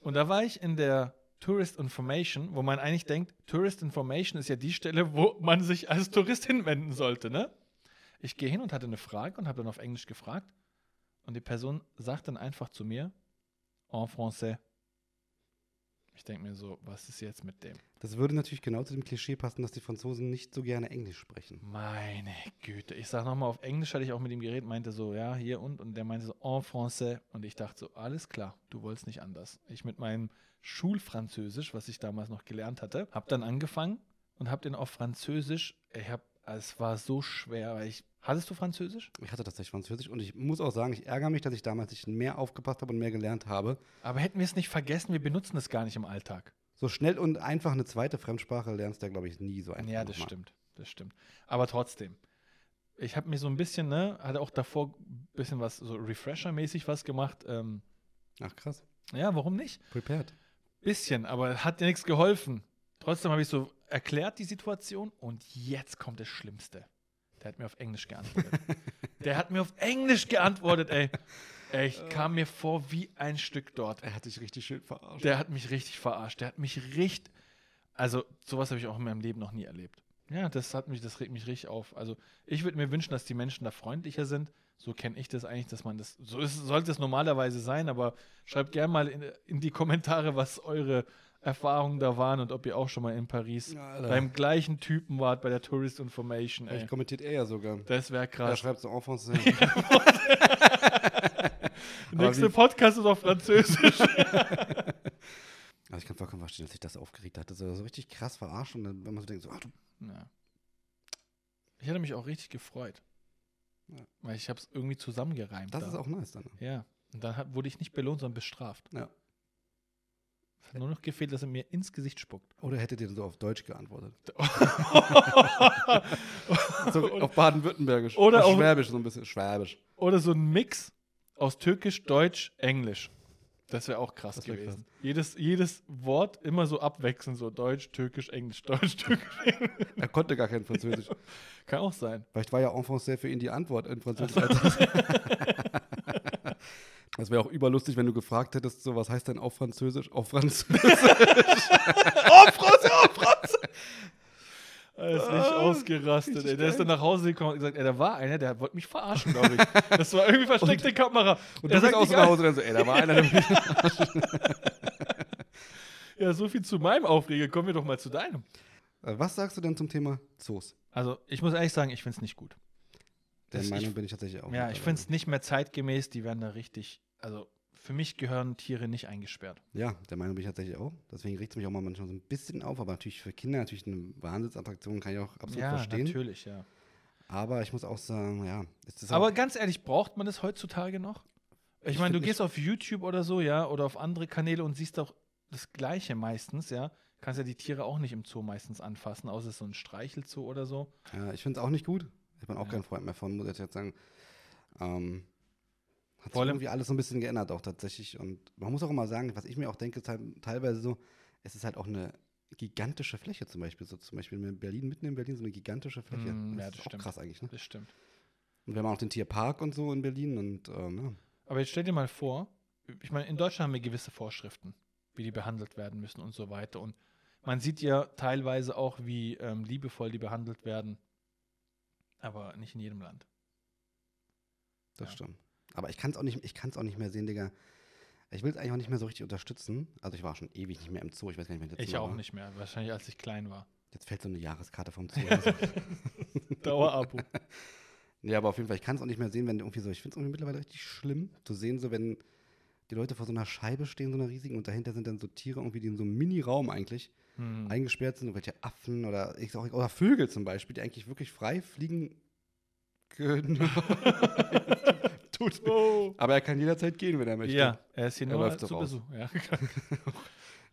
B: Und da war ich in der Tourist Information, wo man eigentlich denkt, Tourist Information ist ja die Stelle, wo man sich als Tourist hinwenden sollte, ne? Ich gehe hin und hatte eine Frage und habe dann auf Englisch gefragt. Und die Person sagt dann einfach zu mir, en français, ich denke mir so, was ist jetzt mit dem?
A: Das würde natürlich genau zu dem Klischee passen, dass die Franzosen nicht so gerne Englisch sprechen.
B: Meine Güte. Ich sag nochmal, auf Englisch hatte ich auch mit ihm geredet, meinte so, ja, hier und. Und der meinte so, en français. Und ich dachte so, alles klar, du wolltest nicht anders. Ich mit meinem Schulfranzösisch, was ich damals noch gelernt hatte, hab dann angefangen und hab den auf Französisch, ich hab, es war so schwer, weil ich, hattest du Französisch?
A: Ich hatte tatsächlich Französisch und ich muss auch sagen, ich ärgere mich, dass ich damals nicht mehr aufgepasst habe und mehr gelernt habe.
B: Aber hätten wir es nicht vergessen, wir benutzen es gar nicht im Alltag.
A: So schnell und einfach eine zweite Fremdsprache lernst du ja, glaube ich, nie so einfach.
B: Ja, das
A: nochmal.
B: stimmt, das stimmt. Aber trotzdem, ich habe mir so ein bisschen, ne, hatte auch davor ein bisschen was, so Refresher-mäßig was gemacht. Ähm,
A: Ach krass.
B: ja, warum nicht?
A: Prepared.
B: Bisschen, aber hat ja nichts geholfen. Trotzdem habe ich so erklärt die Situation und jetzt kommt das Schlimmste. Der hat mir auf Englisch geantwortet. Der hat mir auf Englisch geantwortet, ey. ey ich kam mir vor wie ein Stück dort.
A: Er hat dich richtig schön verarscht.
B: Der hat mich richtig verarscht. Der hat mich richtig. Also, sowas habe ich auch in meinem Leben noch nie erlebt. Ja, das hat mich, das regt mich richtig auf. Also, ich würde mir wünschen, dass die Menschen da freundlicher sind. So kenne ich das eigentlich, dass man das. So ist, sollte es normalerweise sein, aber schreibt gerne mal in, in die Kommentare, was eure Erfahrungen da waren und ob ihr auch schon mal in Paris
A: Ja, Alter.
B: beim gleichen Typen wart, bei der Tourist Information. Ey.
A: Vielleicht kommentiert er ja sogar.
B: Das wäre
A: Er
B: krass.
A: schreibt so auf uns. aber
B: Nächste
A: wie-
B: Podcast ist auf Französisch.
A: Also ich kann vollkommen verstehen, dass ich das aufgeregt hatte. So, so richtig krass verarscht und dann, wenn man so denkt, so, ah, du
B: Ja. Ich hätte mich auch richtig gefreut.
A: Ja.
B: Weil ich habe es irgendwie zusammengereimt.
A: Das
B: da.
A: ist auch nice dann. ne?
B: Ja. Und dann hat, wurde ich nicht belohnt, sondern bestraft.
A: Ja.
B: Es hat nur noch gefehlt, dass er mir ins Gesicht spuckt.
A: Oder hättet ihr so auf Deutsch geantwortet? <laughs> So
B: <laughs> Und-
A: auf Baden-Württembergisch.
B: Oder
A: auf
B: auf-
A: Schwäbisch, so ein bisschen. Schwäbisch.
B: Oder so ein Mix aus Türkisch, Deutsch, Englisch. Das wäre auch krass
A: Das wär
B: gewesen. Jedes, jedes Wort immer so abwechselnd, so Deutsch, Türkisch, Englisch, <laughs> Deutsch, Türkisch.
A: Er konnte gar kein <laughs> Französisch.
B: Kann auch sein.
A: Vielleicht war ja en français für ihn die Antwort in <laughs> Französisch. Das wäre auch überlustig, wenn du gefragt hättest, so, was heißt denn auf <laughs> Französisch? Auf Französisch.
B: Oh, Franz, oh, Franz. Er ist richtig
A: Ah,
B: ausgerastet,
A: richtig
B: ey. Der ist
A: geil.
B: dann nach Hause gekommen und hat gesagt, ey, da war einer, der wollte mich verarschen, glaube ich. Das war irgendwie versteckte Kamera.
A: Und du
B: Er
A: bist
B: sagt
A: auch
B: nicht
A: so nach Hause dann so, ey, da war <laughs> einer. der mich-
B: ein- Ja, so viel zu meinem Aufreger. Kommen wir doch mal zu deinem.
A: Äh, Was sagst du denn zum Thema Zoos?
B: Also, ich muss ehrlich sagen, ich finde es nicht gut.
A: Der
B: Das- ich-
A: Meinung bin ich tatsächlich auch.
B: Ja,
A: mittlerweile.
B: ich finde es nicht mehr zeitgemäß. Die werden da richtig, also für mich gehören Tiere nicht eingesperrt.
A: Ja, der Meinung bin ich tatsächlich auch. Deswegen riecht es mich auch mal manchmal so ein bisschen auf, aber natürlich für Kinder natürlich eine Wahnsinnsattraktion kann ich auch absolut
B: ja,
A: verstehen.
B: natürlich, ja.
A: Aber ich muss auch sagen, ja, es ist
B: Aber
A: auch,
B: ganz ehrlich, braucht man das heutzutage noch? Ich
A: Ich
B: meine, du
A: find
B: gehst auf YouTube oder so, ja, oder auf andere Kanäle und siehst doch das Gleiche meistens, ja. Kannst ja die Tiere auch nicht im Zoo meistens anfassen, außer es ist so ein Streichelzoo oder so.
A: ja, ich finde es auch nicht gut. Ich bin auch
B: Ja.
A: kein Freund mehr von, muss ich jetzt sagen. Ähm, hat sich
B: Vor allem-
A: irgendwie alles so ein bisschen geändert auch tatsächlich. Und man muss auch immer sagen, was ich mir auch denke, ist halt teilweise so, es ist halt auch eine gigantische Fläche zum Beispiel. So zum Beispiel in Berlin, mitten in Berlin, so eine gigantische Fläche.
B: Mm, ja,
A: das
B: das
A: ist
B: stimmt.
A: auch krass eigentlich. Ne?
B: Das stimmt.
A: Und wir haben auch den Tierpark und so in Berlin und ähm, ja.
B: Aber jetzt stell dir mal vor, ich meine, in Deutschland haben wir gewisse Vorschriften, wie die behandelt werden müssen und so weiter. Und man sieht ja teilweise auch, wie ähm, liebevoll die behandelt werden. Aber nicht in jedem Land.
A: Das
B: Ja.
A: stimmt. Aber ich kann es auch, nicht- ich kann's auch nicht mehr sehen, Digga. Ich will es eigentlich auch nicht mehr so richtig unterstützen. Also ich war schon ewig nicht mehr im Zoo. Ich weiß gar nicht, wann das letzte
B: Ich
A: Mal
B: auch
A: war.
B: nicht mehr, wahrscheinlich als ich klein
A: <laughs>
B: war.
A: Jetzt fällt so eine Jahreskarte vom Zoo.
B: <laughs>
A: aus.
B: Dauerabo.
A: ja, aber auf jeden Fall, ich kann es auch nicht mehr sehen, wenn irgendwie so, ich finde es irgendwie mittlerweile richtig schlimm, zu sehen, so wenn die Leute vor so einer Scheibe stehen, so einer riesigen, und dahinter sind dann so Tiere irgendwie, die in so einem Mini-Raum eigentlich
B: Hm.
A: eingesperrt sind, irgendwelche Affen oder, ich sag auch- oder Vögel zum Beispiel, die eigentlich wirklich frei fliegen
B: <laughs>
A: können. <laughs> Tut's mir.
B: Oh.
A: Aber er kann jederzeit gehen, wenn er möchte.
B: Ja, er ist hier
A: Er
B: nur
A: läuft so
B: zu
A: raus.
B: Besuch. Ja. <laughs> genau.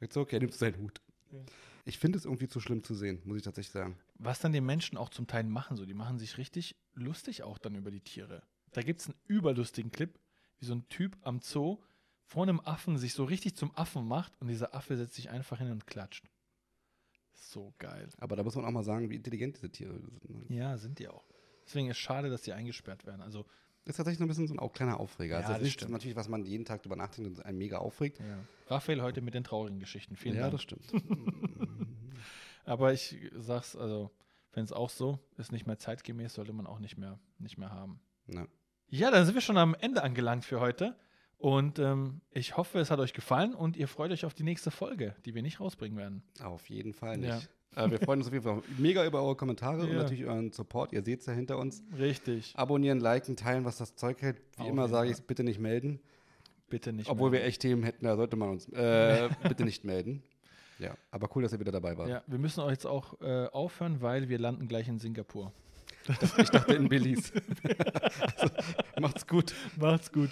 A: Jetzt okay, nimmst du seinen Hut.
B: Ja.
A: Ich finde es irgendwie zu schlimm zu sehen, muss ich tatsächlich sagen.
B: Was dann die Menschen auch zum Teil machen, so die machen sich richtig lustig auch dann über die Tiere. Da gibt es einen überlustigen Clip, wie so ein Typ am Zoo vor einem Affen sich so richtig zum Affen macht und dieser Affe setzt sich einfach hin und klatscht. So geil.
A: Aber da muss man auch mal sagen, wie intelligent diese Tiere sind. ne?
B: Ja, sind die auch. Deswegen ist schade, dass die eingesperrt werden. Also,
A: Ist tatsächlich so ein bisschen so ein auch kleiner Aufreger.
B: Ja,
A: also das
B: das
A: ist
B: stimmt.
A: nicht natürlich, was man jeden Tag drüber nachdenkt und einen mega aufregt.
B: Raphael heute mit den traurigen Geschichten. Vielen
A: ja,
B: Dank.
A: das stimmt. Mm,
B: <laughs> Aber ich sag's, also, wenn es auch so ist, nicht mehr zeitgemäß, sollte man auch nicht mehr, nicht mehr haben.
A: ne.
B: Ja, dann sind wir schon am Ende angelangt für heute. Und ähm, ich hoffe, es hat euch gefallen und ihr freut euch auf die nächste Folge, die wir nicht rausbringen werden.
A: Auf jeden Fall
B: Ja.
A: nicht. Äh, wir freuen uns auf jeden Fall <laughs> mega über eure Kommentare und
B: Ja.
A: natürlich euren Support. Ihr seht es ja hinter uns.
B: Richtig.
A: Abonnieren, liken, teilen, was das Zeug hält. Wie
B: Auf
A: immer
B: jeden
A: sage ich
B: Fall.
A: es, bitte nicht melden.
B: Bitte nicht.
A: Obwohl
B: mehr.
A: wir echt Themen hätten, da sollte man uns
B: <laughs>
A: äh, bitte nicht melden. Ja, aber cool, dass ihr wieder dabei wart. <laughs>
B: Ja, wir müssen euch jetzt auch äh, aufhören, weil wir landen gleich in Singapur.
A: Ich dachte in Belize. <laughs> also, macht's gut.
B: Macht's gut.